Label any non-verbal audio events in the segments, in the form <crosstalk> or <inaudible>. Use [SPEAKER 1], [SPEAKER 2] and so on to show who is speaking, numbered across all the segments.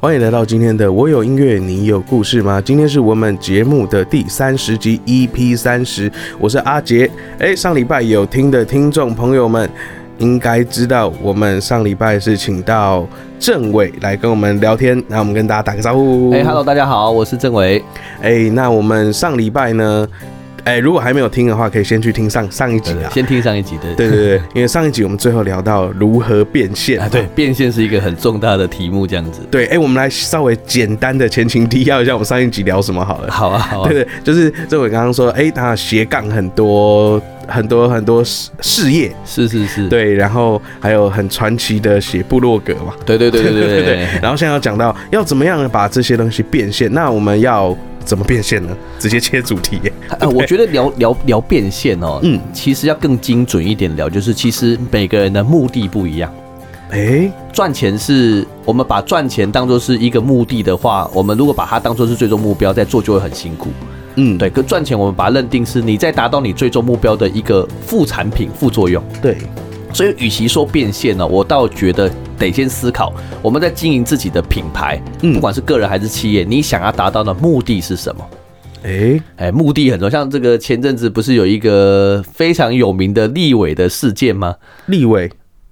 [SPEAKER 1] 欢迎来到今天的《我有音乐，你有故事吗》？今天是我们节目的第三十集，EP 三十，我是阿杰。哎，上礼拜有听的听众朋友们应该知道，我们上礼拜是请到政委来跟我们聊天，那我们跟大家打个招呼。
[SPEAKER 2] 哎、h e l l o 大家好，我是政委。
[SPEAKER 1] 哎，那我们上礼拜呢，哎，如果还没有听的话，可以先去听上上一集啊。
[SPEAKER 2] 先听上一集的。
[SPEAKER 1] 对对对，因为上一集我们最后聊到如何变现
[SPEAKER 2] 啊，对，变现是一个很重大的题目，这样子。
[SPEAKER 1] 对，哎、我们来稍微简单的前情提要一下，我们上一集聊什么好了。
[SPEAKER 2] 好啊，好啊。
[SPEAKER 1] 对对，就是这伟刚刚说，哎、他斜杠很多很多很多事事业，
[SPEAKER 2] 是是是。
[SPEAKER 1] 对，然后还有很传奇的写部落格嘛，
[SPEAKER 2] 对对对对
[SPEAKER 1] <laughs>
[SPEAKER 2] 哎对对。
[SPEAKER 1] 然后现在要讲到要怎么样把这些东西变现，那我们要怎么变现呢？直接切主题耶，
[SPEAKER 2] 啊，我觉得聊聊聊变现哦，
[SPEAKER 1] 嗯
[SPEAKER 2] 嗯，其实要更精准一点聊，就是其实每个人的目的不一样。
[SPEAKER 1] 哎、
[SPEAKER 2] 赚钱是我们把赚钱当做是一个目的的话，我们如果把它当做是最终目标在做，就会很辛苦。
[SPEAKER 1] 嗯，
[SPEAKER 2] 对，可赚钱我们把它认定是你在达到你最终目标的一个副产品、副作用。
[SPEAKER 1] 对，
[SPEAKER 2] 所以，与其说变现呢、我倒觉得得先思考，我们在经营自己的品牌，
[SPEAKER 1] 嗯
[SPEAKER 2] 不管是个人还是企业，你想要达到的目的是什么？
[SPEAKER 1] 哎、
[SPEAKER 2] 哎，目的很重要。像这个前阵子不是有一个非常有名的立委的事件吗？
[SPEAKER 1] 立委。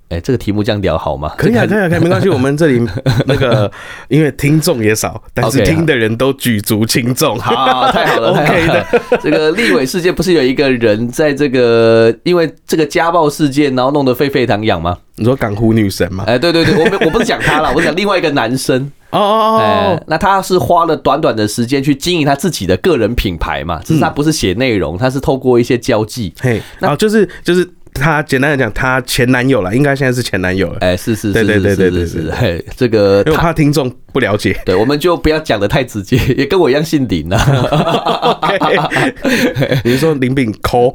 [SPEAKER 2] 哎，这个题目这样聊好吗？ <laughs>
[SPEAKER 1] 可以啊，
[SPEAKER 2] 这
[SPEAKER 1] 可
[SPEAKER 2] 个
[SPEAKER 1] 以啊，可以，没关系。我们这里那个，因为听众也少，但是
[SPEAKER 2] OK，
[SPEAKER 1] 听的人都举足轻重。
[SPEAKER 2] 好好，好啊太好
[SPEAKER 1] <laughs>
[SPEAKER 2] 了，太
[SPEAKER 1] OK
[SPEAKER 2] 好了
[SPEAKER 1] 的。。
[SPEAKER 2] <laughs> 这个立委事件不是有一个人在这个因为这个家暴事件，然后弄得沸沸扬扬吗？
[SPEAKER 1] 你说港湖女神吗？
[SPEAKER 2] 哎，对对对，我没我不是讲他啦，我讲另外一个男生。
[SPEAKER 1] 哦哦
[SPEAKER 2] 哎
[SPEAKER 1] 哦，
[SPEAKER 2] 那他是花了短短的时间去经营他自己的个人品牌嘛，只是他不是写内容，他是透过一些交际。
[SPEAKER 1] 嘿，然后就是就是她，简单的讲，她前男友了，应该现在是前男友了，
[SPEAKER 2] 哎，是是
[SPEAKER 1] 对
[SPEAKER 2] 是
[SPEAKER 1] 对对
[SPEAKER 2] 是是
[SPEAKER 1] 对对
[SPEAKER 2] 是
[SPEAKER 1] 对
[SPEAKER 2] 是，嘿，这个
[SPEAKER 1] 因为我
[SPEAKER 2] 他
[SPEAKER 1] 怕听众不了 <laughs> 解。
[SPEAKER 2] 对，我们就不要讲的太直接， <laughs> 也跟我一样姓
[SPEAKER 1] <laughs>
[SPEAKER 2] 林啊。
[SPEAKER 1] 你是说林炳抠，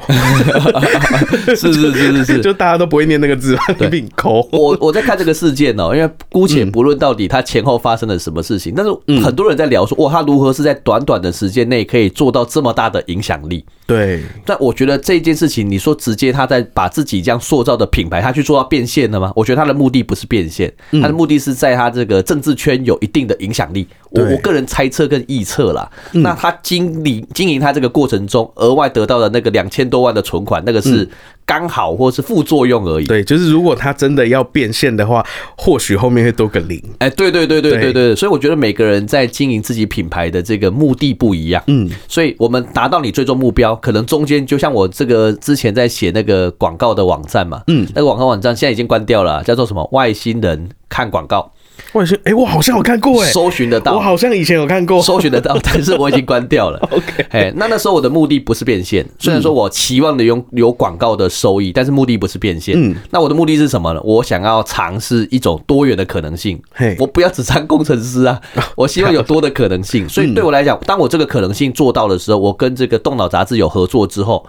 [SPEAKER 2] <laughs> 是是是是
[SPEAKER 1] <laughs>
[SPEAKER 2] 是，
[SPEAKER 1] 就大家都不会念那个字吧，林炳抠。
[SPEAKER 2] 我我在看这个事件哦，因为姑且
[SPEAKER 1] 嗯
[SPEAKER 2] 不论到底他前后发生了什么事情，但是很多人在聊说，哇，他如何是在短短的时间内可以做到这么大的影响力？
[SPEAKER 1] 对，
[SPEAKER 2] 但我觉得这件事情，你说直接他在把自己这样塑造的品牌，他去做到变现了吗？我觉得他的目的不是变现，他的目的是在他这个政治圈有一定的影响力。我
[SPEAKER 1] 对
[SPEAKER 2] 我个人猜测跟臆测啦。那他经理经营他这个过程中，额外得到的那个两千多万的存款，那个是刚好或是副作用而已。
[SPEAKER 1] 对，就是如果他真的要变现的话，或许后面会多个零。
[SPEAKER 2] 哎，对对对对
[SPEAKER 1] 对
[SPEAKER 2] 对对，所以我觉得每个人在经营自己品牌的这个目的不一样，嗯，所以我们达到你最终目标，可能中间就像我这个之前在写那个广告的网站嘛，嗯，那个广告网站现在已经关掉了啊，叫做什么外星人看广告，
[SPEAKER 1] 我也是，哎，我好像有看过，哎，
[SPEAKER 2] 搜寻得
[SPEAKER 1] 我
[SPEAKER 2] 到，
[SPEAKER 1] 好像以前有看过。
[SPEAKER 2] <laughs> 搜寻
[SPEAKER 1] <laughs>
[SPEAKER 2] 得到，但是我已经关掉了。
[SPEAKER 1] OK 嗯
[SPEAKER 2] 哎，那那时候我的目的不是变现，虽然说我期望的有有广告的收益，但是目的不是变现。嗯，那我的目的是什么呢？我想要尝试一种多元的可能性
[SPEAKER 1] 嘿。
[SPEAKER 2] 我不要只当工程
[SPEAKER 1] <laughs>
[SPEAKER 2] 师啊，我希望有多的可能
[SPEAKER 1] 嗯
[SPEAKER 2] 性。所以对我来讲，当我这个可能性做到的时候，我跟这个动脑杂志有合作之后，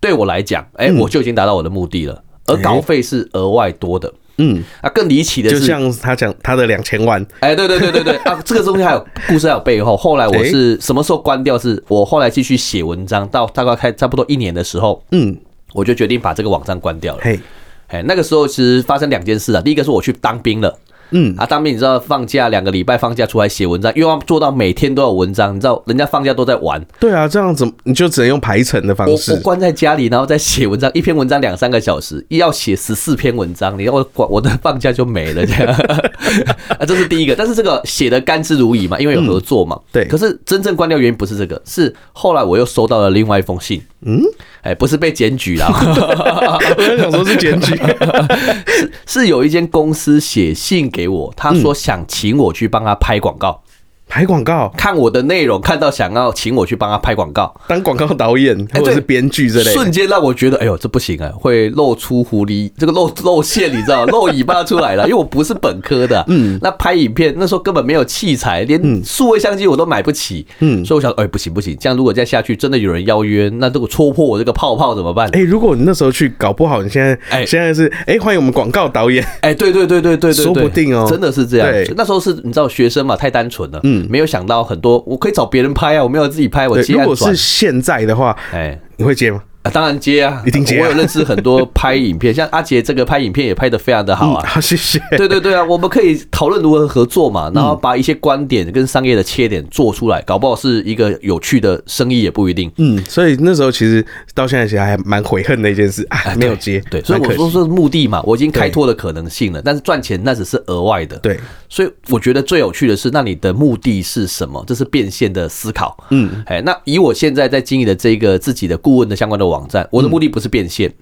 [SPEAKER 2] 对我来讲，哎，
[SPEAKER 1] 嗯
[SPEAKER 2] 我就已经达到我的目的了。而稿费是额外多的。
[SPEAKER 1] 嗯，
[SPEAKER 2] 啊，更离奇的，
[SPEAKER 1] 就是像他讲他的两千万，
[SPEAKER 2] 哎，对对对对对啊，这个东西还有故事，还有背后。后来我是什么时候关掉？是我后来继续写文章，到大概开差不多一年的时候，
[SPEAKER 1] 嗯，
[SPEAKER 2] 我就决定把这个网站关掉了。
[SPEAKER 1] 嘿，
[SPEAKER 2] 哎，那个时候其实发生两件事啊，第一个是我去当兵了。
[SPEAKER 1] 嗯
[SPEAKER 2] 啊，当兵你知道放假两个礼拜放假出来写文章，又要做到每天都有文章，你知道人家放假都在玩，
[SPEAKER 1] 对啊，这样怎么你就只能用排程的方
[SPEAKER 2] 我我
[SPEAKER 1] 式？
[SPEAKER 2] 关在家里，然后再写文章，一篇文章两三个小时，要写十四篇文章，你要我管我的放假就没了这样。 <laughs> 啊，这是第一个，但是这个写的甘之如饴嘛，因为有合作嘛。
[SPEAKER 1] 嗯对
[SPEAKER 2] 可是真正关掉原因不是这个，是后来我又收到了另外一封信。嗯。哎，不是被检举
[SPEAKER 1] <laughs>
[SPEAKER 2] 啦， <laughs>
[SPEAKER 1] 我在想说是检 <laughs> 举，
[SPEAKER 2] 是有一间公司写信给我，他说
[SPEAKER 1] 嗯
[SPEAKER 2] 想请我去帮他拍广告，
[SPEAKER 1] 拍广告，
[SPEAKER 2] 看我的内容，看到想要请我去帮他拍广告，
[SPEAKER 1] 当广告导演
[SPEAKER 2] 哎
[SPEAKER 1] 或者是编剧之类的。
[SPEAKER 2] 瞬间让我觉得，哎呦，这不行啊，会露出狐狸这个露露馅，你知道，露尾巴出来了。因为我不是本科的，嗯，那拍影片那时候根本没有器材，连
[SPEAKER 1] 嗯
[SPEAKER 2] 数位相机我都买不起，嗯，所以我想，哎，不行不行，这样如果再下去，真的有人邀约，那如果戳破我这个泡泡怎么办？
[SPEAKER 1] 哎、如果你那时候去，搞不好你现在、
[SPEAKER 2] 哎
[SPEAKER 1] 现在是哎、欢迎我们广告导演，
[SPEAKER 2] 哎，对对对对对对，
[SPEAKER 1] 说不定哦
[SPEAKER 2] 真的是这
[SPEAKER 1] 对
[SPEAKER 2] 样。那时候是你知道学生嘛，太单纯了，嗯，没有想到很多，我可以找别人拍啊，我没有自己拍，我
[SPEAKER 1] 对，
[SPEAKER 2] 接
[SPEAKER 1] 如
[SPEAKER 2] 案
[SPEAKER 1] 果
[SPEAKER 2] 转
[SPEAKER 1] 是，现在的话，
[SPEAKER 2] 哎。
[SPEAKER 1] 你会接吗？
[SPEAKER 2] 啊，当然接啊，
[SPEAKER 1] 一定接啊
[SPEAKER 2] 我有认识很多拍影片，像阿杰这个拍影片也拍得非常的好
[SPEAKER 1] 嗯，
[SPEAKER 2] 啊。
[SPEAKER 1] 好，谢谢。 <laughs>
[SPEAKER 2] 对对对啊，我们可以讨论如何合作嘛，然后把一些观点跟商业的切点做出来，搞不好是一个有趣的生意也不一定。
[SPEAKER 1] 嗯，所以那时候其实到现在其实还蛮悔恨的一件事啊，
[SPEAKER 2] 哎
[SPEAKER 1] 没有
[SPEAKER 2] 对
[SPEAKER 1] 接，
[SPEAKER 2] 对，所以
[SPEAKER 1] 蛮
[SPEAKER 2] 我
[SPEAKER 1] 可惜
[SPEAKER 2] 说是目的嘛，我已经开拓了可能性了，但是赚钱那只是额外的。，
[SPEAKER 1] 对，
[SPEAKER 2] 所以我觉得最有趣的是，那你的目的是什么？这是变现的思考。
[SPEAKER 1] 嗯，
[SPEAKER 2] 哎，那以我现在在经营的这个自己的顾问的相关的网站，我
[SPEAKER 1] 嗯
[SPEAKER 2] 的目的不是变现，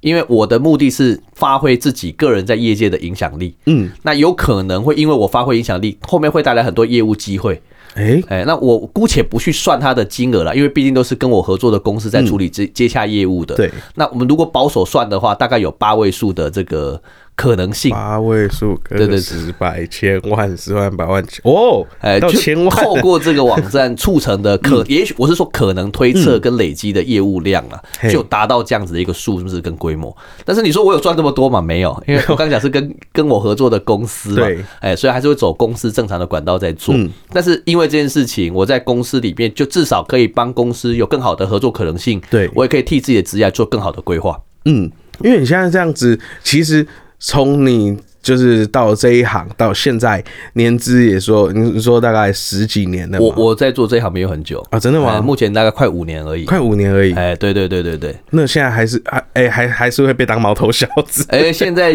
[SPEAKER 2] 因为我的目的是发挥自己个人在业界的影响力。
[SPEAKER 1] 嗯，
[SPEAKER 2] 那有可能会因为我发挥影响力，后面会带来很多业务机会。
[SPEAKER 1] 哎，
[SPEAKER 2] 哎，那我姑且不去算它的金额了，因为毕竟都是跟我合作的公司在处理接接下业务的。
[SPEAKER 1] 嗯对，
[SPEAKER 2] 那我们如果保守算的话，大概有八位数的这个可能性。
[SPEAKER 1] 八位数，
[SPEAKER 2] 对
[SPEAKER 1] 对
[SPEAKER 2] 对
[SPEAKER 1] 十百千万十万百万千哦，
[SPEAKER 2] 哎，
[SPEAKER 1] 到
[SPEAKER 2] 就
[SPEAKER 1] 千万嗯
[SPEAKER 2] 透过这个网站促成的可，也许我是说可能推测跟累积的业务量啊，
[SPEAKER 1] 嘿
[SPEAKER 2] 就达到这样子的一个数字跟规模。但是你说我有赚这么多吗？没有，因为我刚讲是跟跟我合作的公司嘛
[SPEAKER 1] 对，
[SPEAKER 2] 哎，所以还是会走公司正常的管道在做
[SPEAKER 1] 嗯。
[SPEAKER 2] 但是因为这件事情，我在公司里面就至少可以帮公司有更好的合作可能性，
[SPEAKER 1] 对
[SPEAKER 2] 我也可以替自己的职业做更好的规划。
[SPEAKER 1] 嗯，因为你现在这样子，其实从你就是到这一行到现在，年资也说，你你说大概十几年了嘛，
[SPEAKER 2] 我我在做这一行没有很久
[SPEAKER 1] 啊真的吗
[SPEAKER 2] 哎目前大概快五年而已。
[SPEAKER 1] 快五年而已，
[SPEAKER 2] 哎，对对对对对，
[SPEAKER 1] 那现在还是还哎、还还是会被当毛头小子，
[SPEAKER 2] 哎、现在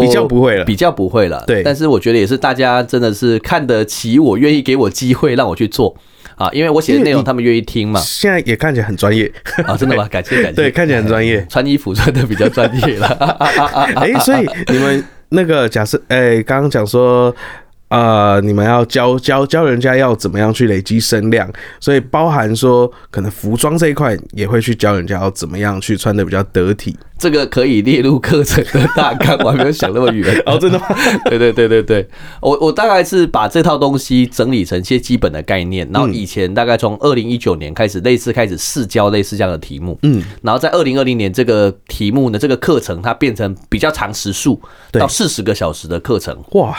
[SPEAKER 1] <laughs> 比较不会了
[SPEAKER 2] 比较不会了。
[SPEAKER 1] 对
[SPEAKER 2] 但是我觉得也是大家真的是看得起我，愿意给我机会让我去做啊，因为我写的内容他们愿意听嘛。
[SPEAKER 1] 现在也看起来很专业，
[SPEAKER 2] 啊，真的吗？啊感谢感谢。
[SPEAKER 1] 对，看起来很专
[SPEAKER 2] <laughs>
[SPEAKER 1] 业。
[SPEAKER 2] 穿衣服穿的比较专业了。
[SPEAKER 1] 哎、所以你们那个假设，哎、刚刚讲说，呃，你们要教教教人家要怎么样去累积声量，所以包含说，可能服装这一块也会去教人家要怎么样去穿的比较得体。
[SPEAKER 2] 这个可以列入课程的大纲，我还没有想那么远。
[SPEAKER 1] <laughs> 哦，真的吗？
[SPEAKER 2] <laughs> 对对对对对，我我大概是把这套东西整理成一些基本的概念，
[SPEAKER 1] 嗯
[SPEAKER 2] 然后以前大概从二零一九年开始，类似开始试教类似这样的题目，嗯，然后在二零二零年这个题目呢，这个课程它变成比较长时数，
[SPEAKER 1] 对
[SPEAKER 2] 到四十个小时的课程，
[SPEAKER 1] 哇，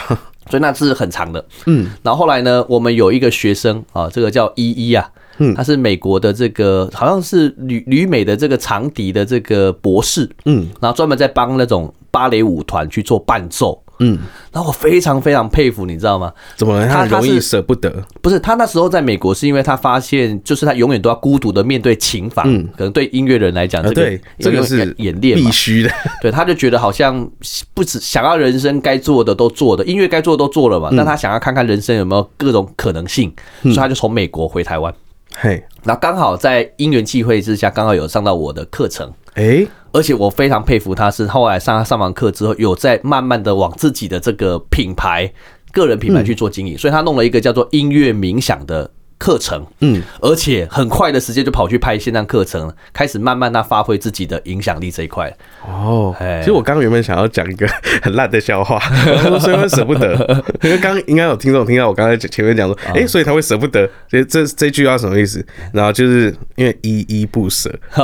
[SPEAKER 2] 所以那是很长的，嗯，然后后来呢，我们有一个学生啊，这个叫依依啊。嗯，他是美国的这个，好像是旅旅美的这个长笛的这个博士，
[SPEAKER 1] 嗯，
[SPEAKER 2] 然后专门在帮那种芭蕾舞团去做伴奏，
[SPEAKER 1] 嗯，
[SPEAKER 2] 然后我非常非常佩服，你知道吗？
[SPEAKER 1] 怎么了
[SPEAKER 2] 他
[SPEAKER 1] 他很容
[SPEAKER 2] 他
[SPEAKER 1] 易
[SPEAKER 2] 是
[SPEAKER 1] 舍不得？
[SPEAKER 2] 不是他那时候在美国，是因为他发现，就是他永远都要孤独的面对琴房，可能对音乐人来讲，
[SPEAKER 1] 嗯啊，
[SPEAKER 2] 这个、
[SPEAKER 1] 对，这个是
[SPEAKER 2] 演练嘛
[SPEAKER 1] 必，须的。
[SPEAKER 2] <laughs> 对，他就觉得好像不止想要人生该做的都做的，音乐该做的都做了嘛，但他想要看看人生有没有各种可能性，所以他就从美国回台湾，
[SPEAKER 1] 嘿，
[SPEAKER 2] 然后刚好在因缘际会之下，刚好有上到我的课程，
[SPEAKER 1] 哎、
[SPEAKER 2] 而且我非常佩服他是后来上他上完课之后，有在慢慢的往自己的这个品牌、个人品牌去做经营，所以他弄了一个叫做音乐冥想的。课程，嗯，而且很快的时间就跑去拍线上课程，开始慢慢他发挥自己的影响力这一块。
[SPEAKER 1] 哦，
[SPEAKER 2] 哎
[SPEAKER 1] 其实我刚刚原本想要讲一个很烂的笑话， <laughs> 然后说所以会舍不得，因为刚应该有听众听到我刚才前面讲说，
[SPEAKER 2] 啊
[SPEAKER 1] 哎、所以他会舍不得，所以这这句话什么意思？然后就是因为依依不舍，
[SPEAKER 2] <laughs>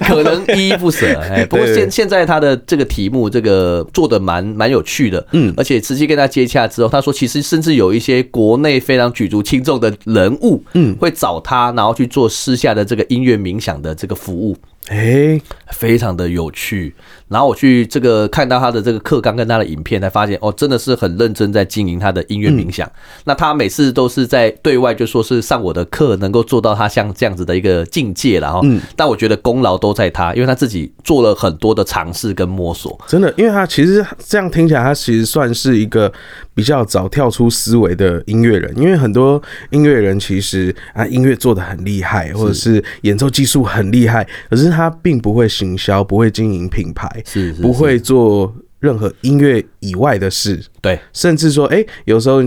[SPEAKER 2] 可能依依不舍。哎，不过
[SPEAKER 1] 对
[SPEAKER 2] 现现在他的这个题目，这个做的蛮蛮有趣的，嗯，而且直接跟他接洽之后，他说其实甚至有一些国内非常举足轻重的人物，嗯，会找他，然后去做私下的这个音乐冥想的这个服务。
[SPEAKER 1] 哎、
[SPEAKER 2] 非常的有趣，然后我去这个看到他的这个课纲跟他的影片，才发现哦，真的是很认真在经营他的音乐冥想。
[SPEAKER 1] 嗯
[SPEAKER 2] 那他每次都是在对外就说是上我的课，能够做到他像这样子的一个境界了哈。
[SPEAKER 1] 嗯
[SPEAKER 2] 但我觉得功劳都在他，因为他自己做了很多的尝试跟摸索。
[SPEAKER 1] 真的，因为他其实这样听起来，他其实算是一个比较早跳出思维的音乐人。因为很多音乐人其实啊，音乐做的很厉害，或者是演奏技术很厉害，可是他并不会行销，不会经营品牌，
[SPEAKER 2] 是是
[SPEAKER 1] 不会做任何音乐以外的事，
[SPEAKER 2] 对，
[SPEAKER 1] 甚至说，哎、有时候。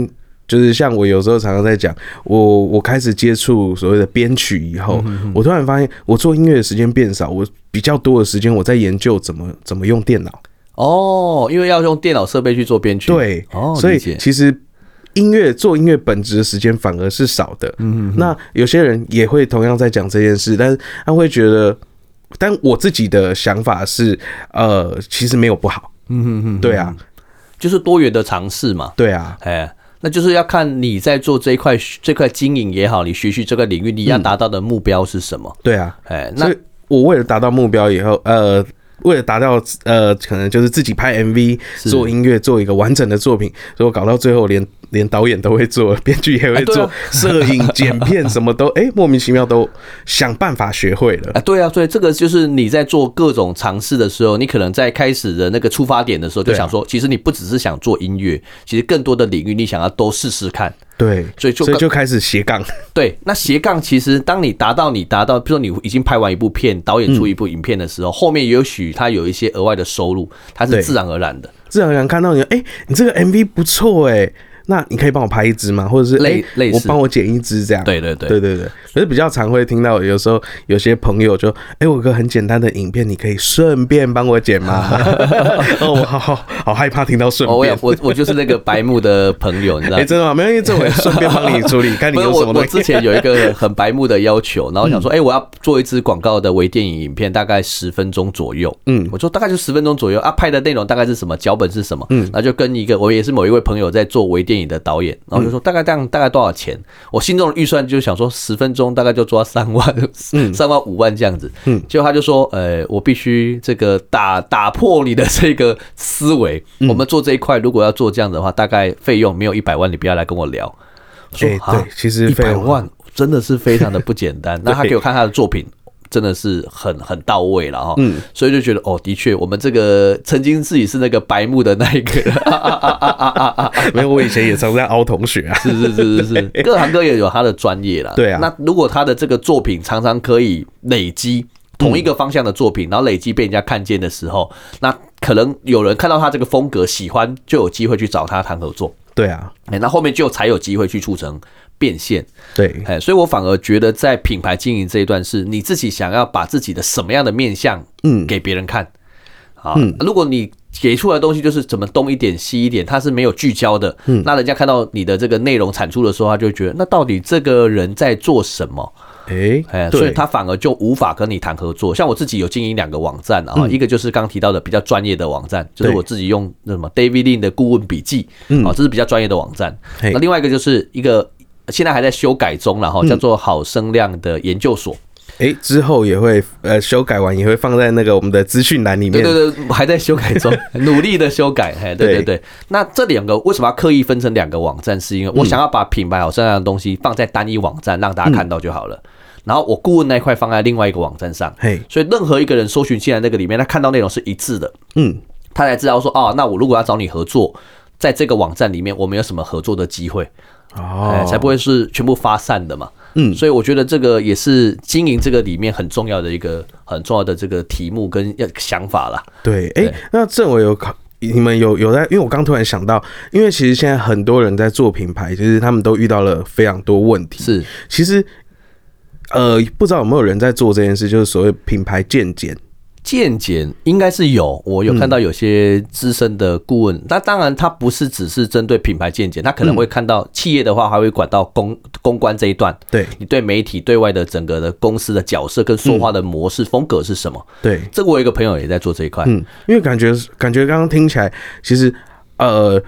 [SPEAKER 1] 就是像我有时候常常在讲，我我开始接触所谓的编曲以后，我突然发现我做音乐的时间变少，我比较多的时间我在研究怎么怎么用电脑。
[SPEAKER 2] 哦，因为要用电脑设备去做编曲，
[SPEAKER 1] 对，
[SPEAKER 2] 哦，
[SPEAKER 1] 所以
[SPEAKER 2] 理解
[SPEAKER 1] 其实音乐做音乐本质的时间反而是少的。嗯那有些人也会同样在讲这件事，但是他会觉得，但我自己的想法是，呃，其实没有不好。嗯嗯嗯，对啊，
[SPEAKER 2] 就是多元的尝试嘛。
[SPEAKER 1] 对啊，
[SPEAKER 2] 哎，那就是要看你在做这一块这块经营也好，你学习这个领域，你要达到的目标是什么。
[SPEAKER 1] 对啊。
[SPEAKER 2] 哎，
[SPEAKER 1] 嗯
[SPEAKER 2] 那
[SPEAKER 1] 所以我为了达到目标以后，呃，为了达到呃，可能就是自己拍 MV、
[SPEAKER 2] 是
[SPEAKER 1] 做音乐、做一个完整的作品，所以我搞到最后连连导演都会做， <laughs> 编剧也会
[SPEAKER 2] 对
[SPEAKER 1] 做
[SPEAKER 2] 啊，
[SPEAKER 1] 摄、影、剪片什么都，哎、莫名其妙都想办法学会
[SPEAKER 2] <laughs>
[SPEAKER 1] 了。
[SPEAKER 2] 啊，对啊，所以这个就是你在做各种尝试的时候，你可能在开始的那个出发点的时候，就
[SPEAKER 1] 对啊
[SPEAKER 2] 想说，其实你不只是想做音乐，其实更多的领域你想要都试试看。
[SPEAKER 1] 对，
[SPEAKER 2] 所以就
[SPEAKER 1] 所以就开始斜杠。
[SPEAKER 2] 对，那斜杠其实当你达到你达到，比如说你已经拍完一部片，导演出一部影片的时候，后面也许他有一些额外的收入，它
[SPEAKER 1] 嗯对
[SPEAKER 2] 是自然而然
[SPEAKER 1] <laughs>
[SPEAKER 2] 的。
[SPEAKER 1] 自然而然看到你，哎、你这个 MV 不错哎、那你可以帮我拍一支吗？或者是
[SPEAKER 2] 类
[SPEAKER 1] 哎
[SPEAKER 2] 类似
[SPEAKER 1] 我帮我剪一支这样。
[SPEAKER 2] 对对对
[SPEAKER 1] 对对对。可是比较常会听到，有时候有些朋友就，哎、我有个很简单的影片，你可以顺便帮我剪
[SPEAKER 2] <laughs>
[SPEAKER 1] 吗？哦，我好好好害怕听到顺
[SPEAKER 2] 哦，我
[SPEAKER 1] 便
[SPEAKER 2] 也。我我就是那个白目的朋友，你知道
[SPEAKER 1] 哎、
[SPEAKER 2] 吗？
[SPEAKER 1] 真的吗？没关系，这我顺便帮你处理，看你
[SPEAKER 2] 不是
[SPEAKER 1] 有什
[SPEAKER 2] 我，
[SPEAKER 1] 么
[SPEAKER 2] <laughs>
[SPEAKER 1] 嗯
[SPEAKER 2] 我
[SPEAKER 1] 东西。
[SPEAKER 2] 之前有一个很白目的要求，然后想说，哎、我要做一支广告的微电影影片，大概十分钟左右。嗯，我说大概就十分钟左右啊，拍的内容大概是什么，脚本是什么，嗯，那就跟一个我也是某一位朋友在做微电影的导演，
[SPEAKER 1] 嗯
[SPEAKER 2] 然后就说大概这样大概多少钱？我心中的预算就想说十分钟大概就抓三万，
[SPEAKER 1] 嗯
[SPEAKER 2] <laughs> 三万五万这样子。嗯，结果他就说，呃，我必须这个打打破你的这个思维，
[SPEAKER 1] 嗯
[SPEAKER 2] 我们做这一块如果要做这样的话，大概费用没有一百万，你不要来跟我聊。说
[SPEAKER 1] 哎
[SPEAKER 2] 啊
[SPEAKER 1] 对其实
[SPEAKER 2] 一
[SPEAKER 1] 费
[SPEAKER 2] 百
[SPEAKER 1] 用
[SPEAKER 2] 万真的是非常的不简
[SPEAKER 1] <laughs>
[SPEAKER 2] 单。那他
[SPEAKER 1] 对
[SPEAKER 2] 给我看他的作品。真的是很很到位了哈，嗯，所以就觉得哦，的确，我们这个曾经自己是那个白目的那一个，
[SPEAKER 1] <laughs> 没有，我以前也常在凹同学啊。
[SPEAKER 2] <laughs>
[SPEAKER 1] <laughs>
[SPEAKER 2] 是是是是是，各行各业有他的专业啦。
[SPEAKER 1] 对啊
[SPEAKER 2] 那如果他的这个作品常常可以累积
[SPEAKER 1] 嗯
[SPEAKER 2] 同一个方向的作品，然后累积被人家看见的时候，那可能有人看到他这个风格喜欢，就有机会去找他谈合作。
[SPEAKER 1] 对啊，
[SPEAKER 2] 哎，那后面就才有机会去促成变现。
[SPEAKER 1] 对，
[SPEAKER 2] 哎，所以我反而觉得在品牌经营这一段，是你自己想要把自己的什么样的面相，嗯，给别人看。啊，如果你给出来的东西就是怎么东一点西一点，它是没有聚焦的，嗯，那人家看到你的这个内容产出的时候，他就会觉得那到底这个人在做什么？
[SPEAKER 1] 哎、
[SPEAKER 2] 哎，
[SPEAKER 1] 对
[SPEAKER 2] 所以他反而就无法跟你谈合作。像我自己有经营两个网站啊，一个就是刚提到的比较专业的网站，就是
[SPEAKER 1] 对
[SPEAKER 2] 我自己用那什么 David Lin 的顾问笔记，啊，这是比较专业的网站。
[SPEAKER 1] 嘿
[SPEAKER 2] 那另外一个就是一个现在还在修改中了哈，叫做好声量的研究所。
[SPEAKER 1] 哎、之后也会呃修改完也会放在那个我们的资讯栏里面。
[SPEAKER 2] 对对对，还在修改 <laughs> 中，努力的修改。嘿，对对对。那这两个为什么要刻意分成两个网站？是因为我想要把品牌好声量的东西放在单一网站，让大家看到就好了。然后我顾问那一块放在另外一个网站上，
[SPEAKER 1] 嘿，
[SPEAKER 2] 所以任何一个人搜寻进来那个里面，他看到内容是一致的，
[SPEAKER 1] 嗯，
[SPEAKER 2] 他才知道说哦，那我如果要找你合作，在这个网站里面我们有什么合作的机会，哎、
[SPEAKER 1] 哦，
[SPEAKER 2] 才不会是全部发散的嘛。嗯，所以我觉得这个也是经营这个里面很重要的一个很重要的这个题目跟要想法啦。
[SPEAKER 1] 对，哎、那政委有考。你们有有在，因为我刚突然想到，因为其实现在很多人在做品牌，其实他们都遇到了非常多问题。
[SPEAKER 2] 是
[SPEAKER 1] 其实，呃，不知道有没有人在做这件事，就是所谓品牌渐减。
[SPEAKER 2] 见解应该是有，我有
[SPEAKER 1] 嗯
[SPEAKER 2] 看到有些资深的顾问，那当然他不是只是针对品牌见解，他可
[SPEAKER 1] 嗯
[SPEAKER 2] 能会看到企业的话，还会管到公公关这一段，
[SPEAKER 1] 对
[SPEAKER 2] 你对媒体对外的整个的公司的角色跟说话的模式、风格是什么？
[SPEAKER 1] 对，
[SPEAKER 2] 这个我有一个朋友也在做这一块，
[SPEAKER 1] 嗯，因为感觉感觉刚刚听起来，其实呃，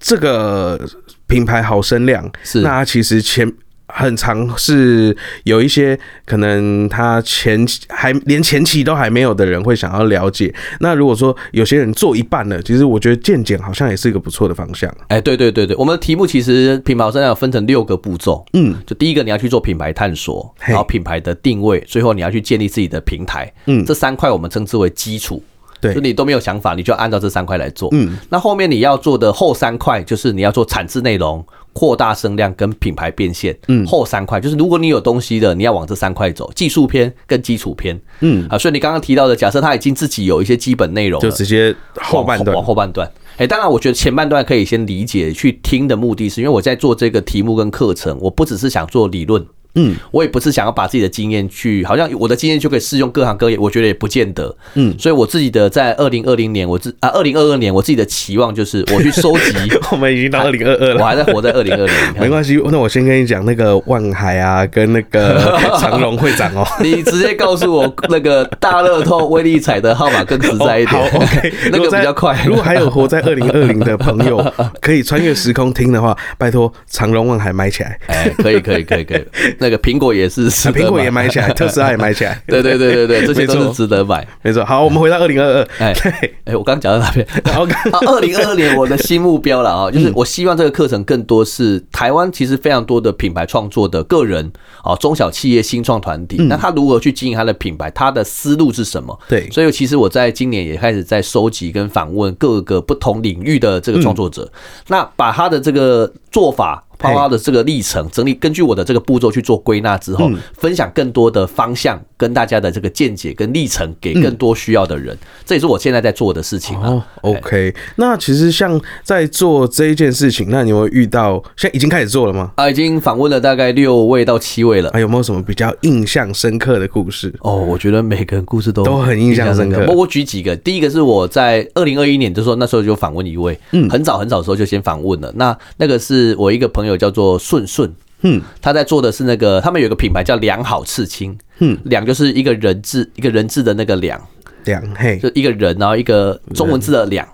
[SPEAKER 1] 这个品牌好声量，
[SPEAKER 2] 是
[SPEAKER 1] 那它其实前很长是有一些可能他前期还连前期都还没有的人会想要了解。那如果说有些人做一半了，其实我觉得渐减好像也是一个不错的方向。哦
[SPEAKER 2] 哎，对对对对，我们的题目其实品牌好声量有分成六个步骤，嗯，就第一个你要去做品牌探索，
[SPEAKER 1] 嘿
[SPEAKER 2] 然后品牌的定位，最后你要去建立自己的平台，嗯，这三块我们称之为基础。
[SPEAKER 1] 对
[SPEAKER 2] 就你都没有想法，你就按照这三块来做。嗯，那后面你要做的后三块就是你要做产制内容、扩大声量跟品牌变现。嗯，后三块就是如果你有东西的，你要往这三块走，技术篇跟基础篇。嗯，啊，所以你刚刚提到的，假设他已经自己有一些基本内容
[SPEAKER 1] 就
[SPEAKER 2] 了，
[SPEAKER 1] 直接后半段
[SPEAKER 2] 往后半段。哎、当然，我觉得前半段可以先理解去听的目的是，因为我在做这个题目跟课程，我不只是想做理论，嗯，我也不是想要把自己的经验去，好像我的经验就可以适用各行各业，我觉得也不见得，嗯，所以我自己的在二零二零年，我自啊二零二二年，我自己的期望就是我去收集，
[SPEAKER 1] <laughs> <laughs> 我们已经到二零二二
[SPEAKER 2] 我
[SPEAKER 1] 了。
[SPEAKER 2] 还在活在二零二零，
[SPEAKER 1] 没关系，那我先跟你讲那个万海啊，跟那
[SPEAKER 2] <laughs>
[SPEAKER 1] 个长隆会长哦，
[SPEAKER 2] 你直接告诉我那个大乐透、威力彩的号码更实在一点、
[SPEAKER 1] 哦好，OK，
[SPEAKER 2] <laughs> 那
[SPEAKER 1] 如果
[SPEAKER 2] 个
[SPEAKER 1] 在
[SPEAKER 2] 比较快。
[SPEAKER 1] 如果还有活在二零二零的朋
[SPEAKER 2] <laughs>
[SPEAKER 1] 友，可以穿越时空听的话，拜托长隆万海买起来。
[SPEAKER 2] 哎，可以可以可以可以，那那个苹果也是值
[SPEAKER 1] 啊
[SPEAKER 2] 得买，
[SPEAKER 1] 苹果也买
[SPEAKER 2] <laughs>
[SPEAKER 1] 起来，特斯拉也买起来，
[SPEAKER 2] 对对对对对，这些
[SPEAKER 1] 没
[SPEAKER 2] 都
[SPEAKER 1] 错
[SPEAKER 2] 是值得买。
[SPEAKER 1] 没错。好，我们回到二零二二，
[SPEAKER 2] 哎
[SPEAKER 1] 对，
[SPEAKER 2] 哎、我刚讲到哪边？ <laughs>
[SPEAKER 1] 然后看
[SPEAKER 2] 啊，二零二二年我的新目标了
[SPEAKER 1] 嗯
[SPEAKER 2] 啊，就是我希望这个课程更多是台湾其实非常多的品牌创作的个人啊，中小企业新创团
[SPEAKER 1] 嗯
[SPEAKER 2] 体，那他如何去经营他的品牌，他的思路是什么？
[SPEAKER 1] 对
[SPEAKER 2] 所以其实我在今年也开始在收集跟访问各个不同领域的这个创作者，
[SPEAKER 1] 嗯
[SPEAKER 2] 那把他的这个做法。包括他的这个历程整理，根据我的这个步骤去做归纳之后，
[SPEAKER 1] 嗯
[SPEAKER 2] 分享更多的方向跟大家的这个见解跟历程，给更多需要的人。这也是我现在在做的事情啊。
[SPEAKER 1] 嗯哦，OK。那其实像在做这一件事情，那你有没有遇到？现在已经开始做了吗？
[SPEAKER 2] 啊，已经访问了大概六位到七位了。
[SPEAKER 1] 啊，有没有什么比较印象深刻的故事？
[SPEAKER 2] 哦，我觉得每个人故事都
[SPEAKER 1] 都很印象深刻
[SPEAKER 2] 我我举几个，第一个是我在二零二一年的时候，那时候就访问一位，嗯，很早很早的时候就先访问了。那那个是我一个朋友叫做顺顺，
[SPEAKER 1] 嗯，
[SPEAKER 2] 他在做的是那个他们有一个品牌叫良好刺青，
[SPEAKER 1] 嗯，
[SPEAKER 2] 良就是一个人字一个人字的那个良，
[SPEAKER 1] 两嘿
[SPEAKER 2] 就一个人，然后一个中文字的良。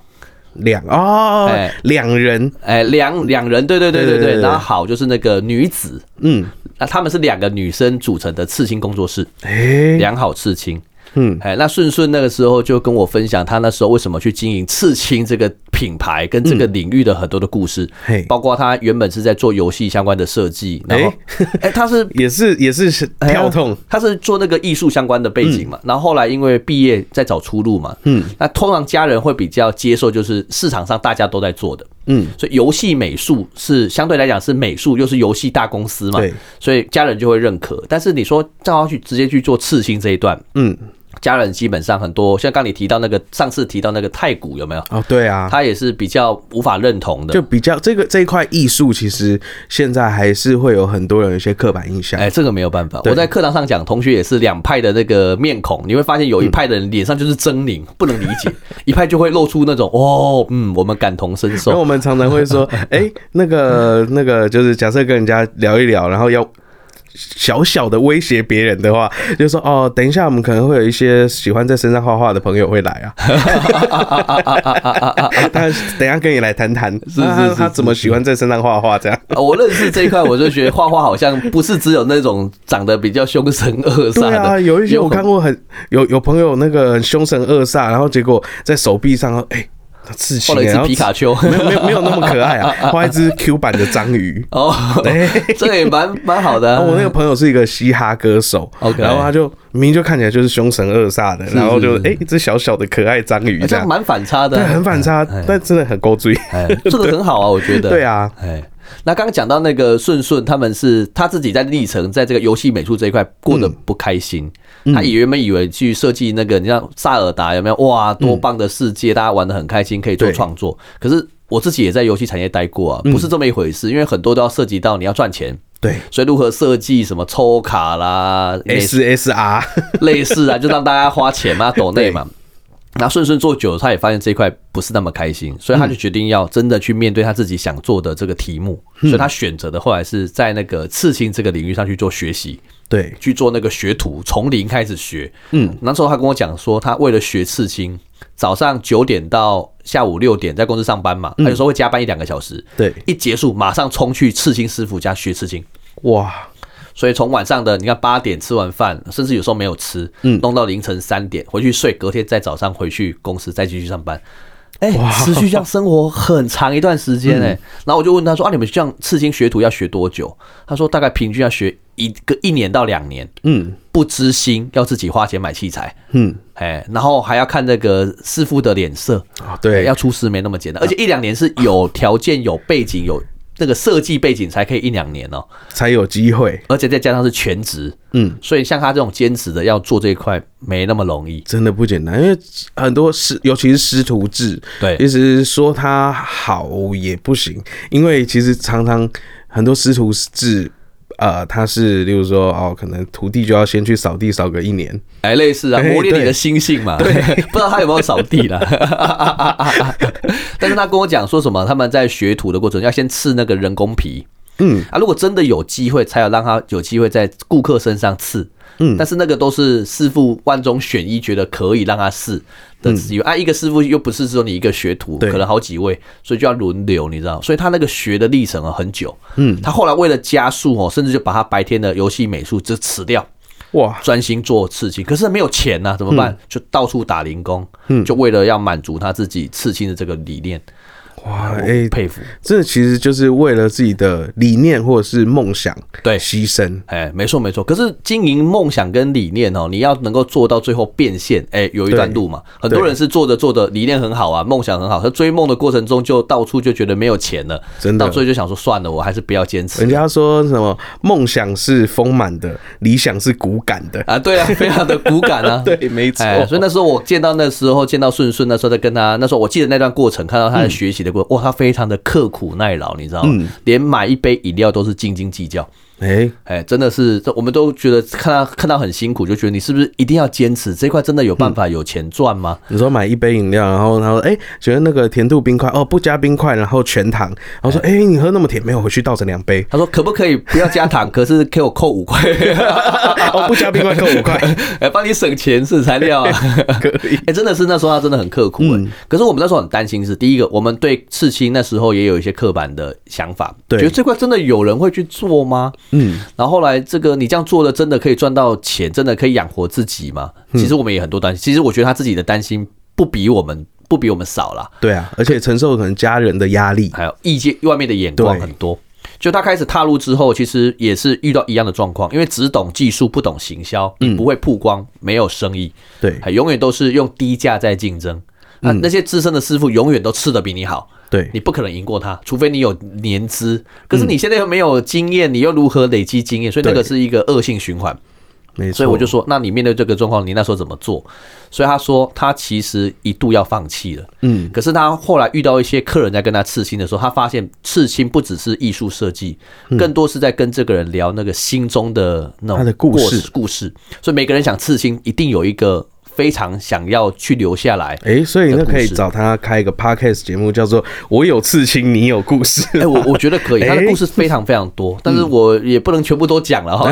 [SPEAKER 1] 两哦
[SPEAKER 2] 哎，
[SPEAKER 1] 两人，
[SPEAKER 2] 哎，两两人，对对对对
[SPEAKER 1] 对对
[SPEAKER 2] 对，
[SPEAKER 1] 对
[SPEAKER 2] 然后好就是那个女子，
[SPEAKER 1] 嗯，
[SPEAKER 2] 那他们是两个女生组成的刺青工作室，
[SPEAKER 1] 哎，
[SPEAKER 2] 良好刺青。
[SPEAKER 1] 嗯，
[SPEAKER 2] 哎，那顺顺那个时候就跟我分享他那时候为什么去经营刺青这个品牌跟这个领域的很多的故事，
[SPEAKER 1] 嗯嘿
[SPEAKER 2] 包括他原本是在做游戏相关的设计，然后， <laughs> 哎，他是
[SPEAKER 1] 也是也是是跳痛，嗯
[SPEAKER 2] 他哎是做那个艺术相关的背景嘛，然后后来因为毕业在找出路嘛，嗯，那通常家人会比较接受，就是市场上大家都在做的，
[SPEAKER 1] 嗯，
[SPEAKER 2] 所以游戏美术是相对来讲是美术，又是游戏大公司嘛，
[SPEAKER 1] 对，
[SPEAKER 2] 所以家人就会认可。但是你说叫他去直接去做刺青这一段，
[SPEAKER 1] 嗯，
[SPEAKER 2] 家人基本上很多，像刚你提到那个上次提到那个太古有没有？
[SPEAKER 1] 哦，对啊，
[SPEAKER 2] 他也是比较无法认同的
[SPEAKER 1] 就。比较这个这一块艺术，其实现在还是会有很多人有一些刻板印象
[SPEAKER 2] 哎、，这个没有办法。
[SPEAKER 1] 对
[SPEAKER 2] 我在课堂上讲，同学也是两派的那个面孔，你会发现有一
[SPEAKER 1] 嗯
[SPEAKER 2] 派的人脸上就是狰狞，不能理解；一派就会露出那种哦，嗯，我们感同身
[SPEAKER 1] 然后
[SPEAKER 2] 受。
[SPEAKER 1] 我们常常会说，哎、那个那个，就是假设跟人家聊一聊，然后要小小的威胁别人的话，就说哦，等一下我们可能会有一些喜欢在身上画画的朋友会来啊，他等一下跟你来谈谈，是
[SPEAKER 2] 是是
[SPEAKER 1] 他怎么喜欢在身上画画这样。
[SPEAKER 2] 呃我认识这一块，我就觉得画画好像不是只有那种长得比较凶神恶煞
[SPEAKER 1] 对
[SPEAKER 2] 的，
[SPEAKER 1] 啊，有一些我看
[SPEAKER 2] 很
[SPEAKER 1] 过很有有朋友那个很凶神恶煞，然后结果在手臂上哎、他刺青
[SPEAKER 2] 画了
[SPEAKER 1] 欸，
[SPEAKER 2] 一只
[SPEAKER 1] 然后
[SPEAKER 2] 皮卡丘。
[SPEAKER 1] 没有没有没有那么可爱啊，画一只 Q 版的章鱼。
[SPEAKER 2] <laughs>
[SPEAKER 1] <laughs>
[SPEAKER 2] 哦，这个也蛮蛮好的、
[SPEAKER 1] 然
[SPEAKER 2] 啊。
[SPEAKER 1] 后我那个朋友是一个嘻哈歌手
[SPEAKER 2] OK
[SPEAKER 1] 然后他就明明就看起来就是凶神恶煞的，然后就哎、一只小小的可爱章鱼
[SPEAKER 2] 哎
[SPEAKER 1] 这
[SPEAKER 2] 这样
[SPEAKER 1] 样，
[SPEAKER 2] 蛮反差的
[SPEAKER 1] 但
[SPEAKER 2] 啊、
[SPEAKER 1] 很反差，但真的很勾追。
[SPEAKER 2] 哎，这个很好啊，我觉得。
[SPEAKER 1] 哎对啊，
[SPEAKER 2] 哎，那刚刚讲到那个顺顺，他们是他自己在历程，在这个游戏美术这一块过得不开心。他以原本以为去设计那个，你像萨尔达有没有？哇，多棒的世界，大家玩的很开心，可以做
[SPEAKER 1] 对
[SPEAKER 2] 创作。可是我自己也在游戏产业待过啊，不是这么一回事，因为很多都要涉及到你要赚钱。
[SPEAKER 1] 对
[SPEAKER 2] 所以如何设计什么抽卡啦、
[SPEAKER 1] 哎
[SPEAKER 2] 美
[SPEAKER 1] ，SSR
[SPEAKER 2] 类似啊，就让大家花钱嘛，抖内嘛。那顺顺做久了，他也发现这一块不是那么开心，所以他就决定要真的去面对他自己想做的这个题目。所以他选择的后来是在那个刺青这个领域上去做学习，
[SPEAKER 1] 对，
[SPEAKER 2] 去做那个学徒，从零开始学。嗯，那时候他跟我讲说，他为了学刺青，早上九点到下午六点在公司上班嘛，他有时候会加班一两个小时。
[SPEAKER 1] 对
[SPEAKER 2] 一结束马上冲去刺青师傅家学刺青。
[SPEAKER 1] 哇，
[SPEAKER 2] 所以从晚上的你看八点吃完饭，甚至有时候没有吃，
[SPEAKER 1] 嗯
[SPEAKER 2] 弄到凌晨三点回去睡，隔天再早上回去公司再继续上班。哎、持续这样生活很长一段时间
[SPEAKER 1] 嗯
[SPEAKER 2] 哎、然后我就问他说：“啊，你们这样刺青学徒要学多久？”他说：“大概平均要学一个一年到两年。”
[SPEAKER 1] 嗯
[SPEAKER 2] 不知心，要自己花钱买器材，
[SPEAKER 1] 嗯，
[SPEAKER 2] 哎，然后还要看那个师傅的脸色，哎
[SPEAKER 1] 哦对
[SPEAKER 2] 要，出师没那么简单，而且一两年是有条件、有背景、有那个设计背景才可以一两年哦、
[SPEAKER 1] 才有机会，
[SPEAKER 2] 而且再加上是全职，
[SPEAKER 1] 嗯，
[SPEAKER 2] 所以像他这种兼职的要做这一块没那么容易。
[SPEAKER 1] 真的不简单，因为很多师，尤其是师徒制，
[SPEAKER 2] 对
[SPEAKER 1] 其实说他好也不行，因为其实常常很多师徒制。呃，他是，例如说，哦，可能徒弟就要先去扫地扫个一年，
[SPEAKER 2] 哎，类似啊，
[SPEAKER 1] 哎
[SPEAKER 2] 磨练你
[SPEAKER 1] 对
[SPEAKER 2] 的心性嘛。对， <laughs> 不知道他有没有扫地啦。 <laughs> 但是他跟我讲说什么，他们在学徒的过程要先刺那个人工皮。
[SPEAKER 1] 嗯
[SPEAKER 2] 啊，如果真的有机会，才有让他有机会在顾客身上刺。嗯，但是那个都是师傅万中选一，觉得可以让他试的资源、啊。一个师傅又不是只有你一个学徒，
[SPEAKER 1] 对
[SPEAKER 2] 可能好几位，所以就要轮流，你知道，所以他那个学的历程啊很久。嗯，他后来为了加速哦，甚至就把他白天的游戏美术就辞掉。
[SPEAKER 1] 哇，
[SPEAKER 2] 专心做刺青，可是没有钱呐、啊怎么
[SPEAKER 1] 嗯
[SPEAKER 2] 办？就到处打零工，就为了要满足他自己刺青的这个理念，
[SPEAKER 1] 哇，
[SPEAKER 2] 我
[SPEAKER 1] 哎、
[SPEAKER 2] 佩服。
[SPEAKER 1] 这其实就是为了自己的理念或者是梦想
[SPEAKER 2] 对
[SPEAKER 1] 牺牲。
[SPEAKER 2] 哎，没错没错。可是经营梦想跟理念哦，你要能够做到最后变现，哎，有一段路嘛。很多人是做着做着理念很好啊，梦想很好，他追梦的过程中就到处就觉得没有钱了，
[SPEAKER 1] 真的哎
[SPEAKER 2] 到最后就想说算了，我还是不要坚持
[SPEAKER 1] 人。家说什么梦想是丰满的，理想是骨感
[SPEAKER 2] <laughs>
[SPEAKER 1] 的。
[SPEAKER 2] 啊，对啊，非常的骨感
[SPEAKER 1] <laughs>
[SPEAKER 2] 啊，
[SPEAKER 1] 对没错
[SPEAKER 2] 哎所以那时候我见到那时候见到顺顺，那时候在跟他，那时候我记得那段过程，看到
[SPEAKER 1] 嗯
[SPEAKER 2] 他的学习的过程，哇，他非常的刻苦耐劳，你知道吗？连买一杯饮料都是斤斤计较。
[SPEAKER 1] 哎、
[SPEAKER 2] 哎，真的是，这我们都觉得看他看到很辛苦，就觉得你是不是一定要坚持这块？真的有办
[SPEAKER 1] 嗯
[SPEAKER 2] 法有钱赚吗？。
[SPEAKER 1] 你说买一杯饮料，然后他说，哎、觉得那个甜度冰块哦，不加冰块，然后全糖。然后说，哎、你喝那么甜，没有，回去倒成两杯
[SPEAKER 2] <laughs>
[SPEAKER 1] <laughs>
[SPEAKER 2] 他说可不可以不要加糖，可是给我扣五块，
[SPEAKER 1] 哦，不加冰块扣五块，
[SPEAKER 2] <laughs> 哎，帮你省钱是
[SPEAKER 1] <laughs>
[SPEAKER 2] 材料啊。 <laughs>
[SPEAKER 1] 可以。
[SPEAKER 2] 哎、真的是那时候他真的很刻苦、哎，
[SPEAKER 1] 嗯
[SPEAKER 2] 可是我们那时候很担心是，第一个，我们对刺青那时候也有一些刻板的想法，
[SPEAKER 1] 对
[SPEAKER 2] 觉得这块真的有人会去做吗？嗯，然后后来这个你这样做了，真的可以赚到钱，真的可以养活自己吗？
[SPEAKER 1] 嗯
[SPEAKER 2] 其实我们也很多担心，其实我觉得他自己的担心不比我们不比我们少啦，
[SPEAKER 1] 对啊，而且承受可能家人的压力。
[SPEAKER 2] 还有意见外面的眼光
[SPEAKER 1] 对
[SPEAKER 2] 很多。就他开始踏入之后，其实也是遇到一样的状况，因为只懂技术，不懂行销，
[SPEAKER 1] 嗯
[SPEAKER 2] 你不会曝光，没有生意，
[SPEAKER 1] 对
[SPEAKER 2] 还哎永远都是用低价在竞争。那、那些资深的师傅永远都吃的比你好，
[SPEAKER 1] 对
[SPEAKER 2] 你不可能赢过他，除非你有年资。可是你现在又没有经验，你又如何累积经验？所以那个
[SPEAKER 1] 对
[SPEAKER 2] 是一个恶性循环。
[SPEAKER 1] 没错。
[SPEAKER 2] 所以我就说，那你面对这个状况，你那时候怎么做？所以他说，他其实一度要放弃了，嗯，可是他后来遇到一些客人在跟他刺青的时候，他发现刺青不只是艺术设计，更多是在跟这个人聊那个心中的那
[SPEAKER 1] 嗯
[SPEAKER 2] 种
[SPEAKER 1] 他的故事
[SPEAKER 2] 过故事。所以每个人想刺青，一定有一个非常想要去留
[SPEAKER 1] <laughs>
[SPEAKER 2] 下来。
[SPEAKER 1] 哎、所以那
[SPEAKER 2] 的故
[SPEAKER 1] 可以
[SPEAKER 2] 事
[SPEAKER 1] 找他开一个 podcast 节目，叫做“我有刺青，你有故
[SPEAKER 2] <laughs>
[SPEAKER 1] 事”
[SPEAKER 2] 哎、我我觉得可以，
[SPEAKER 1] 哎
[SPEAKER 2] 他的故事非常非常多，但
[SPEAKER 1] 嗯
[SPEAKER 2] 是我也不能全部都
[SPEAKER 1] <laughs>
[SPEAKER 2] 讲 <laughs> 了哈。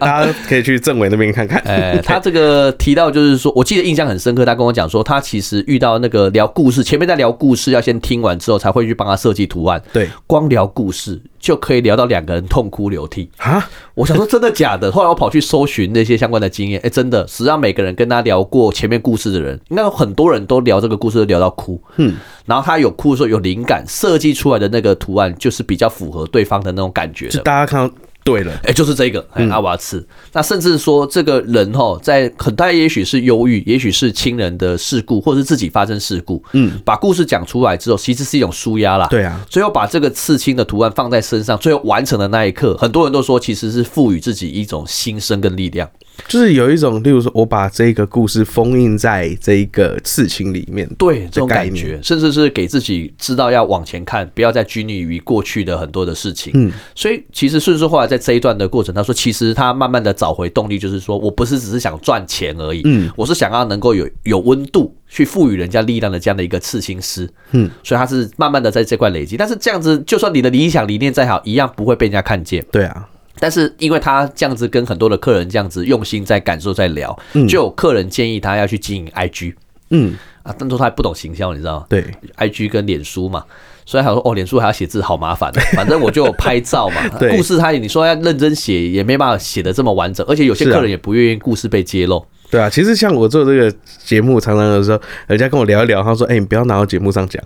[SPEAKER 1] 大家可以去政委那边看看。 <laughs>
[SPEAKER 2] 哎，他这个提到就是说，我记得印象很深刻，他跟我讲说，他其实遇到那个聊故事，前面在聊故事，要先听完之后才会去帮他设计图案。
[SPEAKER 1] 对
[SPEAKER 2] 光聊故事就可以聊到两个人痛哭流涕。
[SPEAKER 1] 啊，
[SPEAKER 2] 我想说真的假的？后来我跑去搜寻那些相关的经验，哎、真的，实际上每个人跟他聊过前面故事的人，应该有很多人都聊这个故事都聊到哭。嗯，然后他有哭的时候有灵感，设计出来的那个图案就是比较符合对方的那种感觉的
[SPEAKER 1] 就。大家看到对了，
[SPEAKER 2] 哎、就是这个，哎、
[SPEAKER 1] 嗯
[SPEAKER 2] 阿瓦茨。那甚至说这个人哈，在很大也许是忧郁，也许是亲人的事故，或者是自己发生事故，嗯，把故事讲出来之后，其实是一种舒压啦。
[SPEAKER 1] 对啊
[SPEAKER 2] 最后把这个刺青的图案放在身上，最后完成的那一刻，很多人都说其实是赋予自己一种新生跟力量。
[SPEAKER 1] 就是有一种，例如说我把这个故事封印在这一个刺青里面，
[SPEAKER 2] 对这种
[SPEAKER 1] 概
[SPEAKER 2] 感
[SPEAKER 1] 念
[SPEAKER 2] 觉，甚至是给自己知道要往前看，不要再拘泥于过去的很多的事情。嗯，所以其实顺顺后来在这一段的过程，他说，其实他慢慢的找回动力，就是说我不是只是想赚钱而已，嗯，我是想要能够有有温度，去赋予人家力量的这样的一个刺青师。嗯，所以他是慢慢的在这块累积，但是这样子，就算你的理想理念再好，一样不会被人家看见。
[SPEAKER 1] 对啊，
[SPEAKER 2] 但是因为他这样子跟很多的客人这样子用心在感受在聊，就有客人建议他要去经营 IG。
[SPEAKER 1] 嗯，
[SPEAKER 2] 啊，但是他还不懂行销，你知道吗？
[SPEAKER 1] 对，，
[SPEAKER 2] ，IG 跟脸书嘛，所以他说哦，脸书还要写字，好麻烦、哦反正我就拍照嘛
[SPEAKER 1] 对
[SPEAKER 2] 故事他也你说要认真写，也没办法写的这么完整，而且有些
[SPEAKER 1] 是啊
[SPEAKER 2] 客人也不愿意故事被揭露。
[SPEAKER 1] 对啊。其实像我做这个节目，常常有时候人家跟我聊一聊，他说：“哎、你不要拿到节目上讲。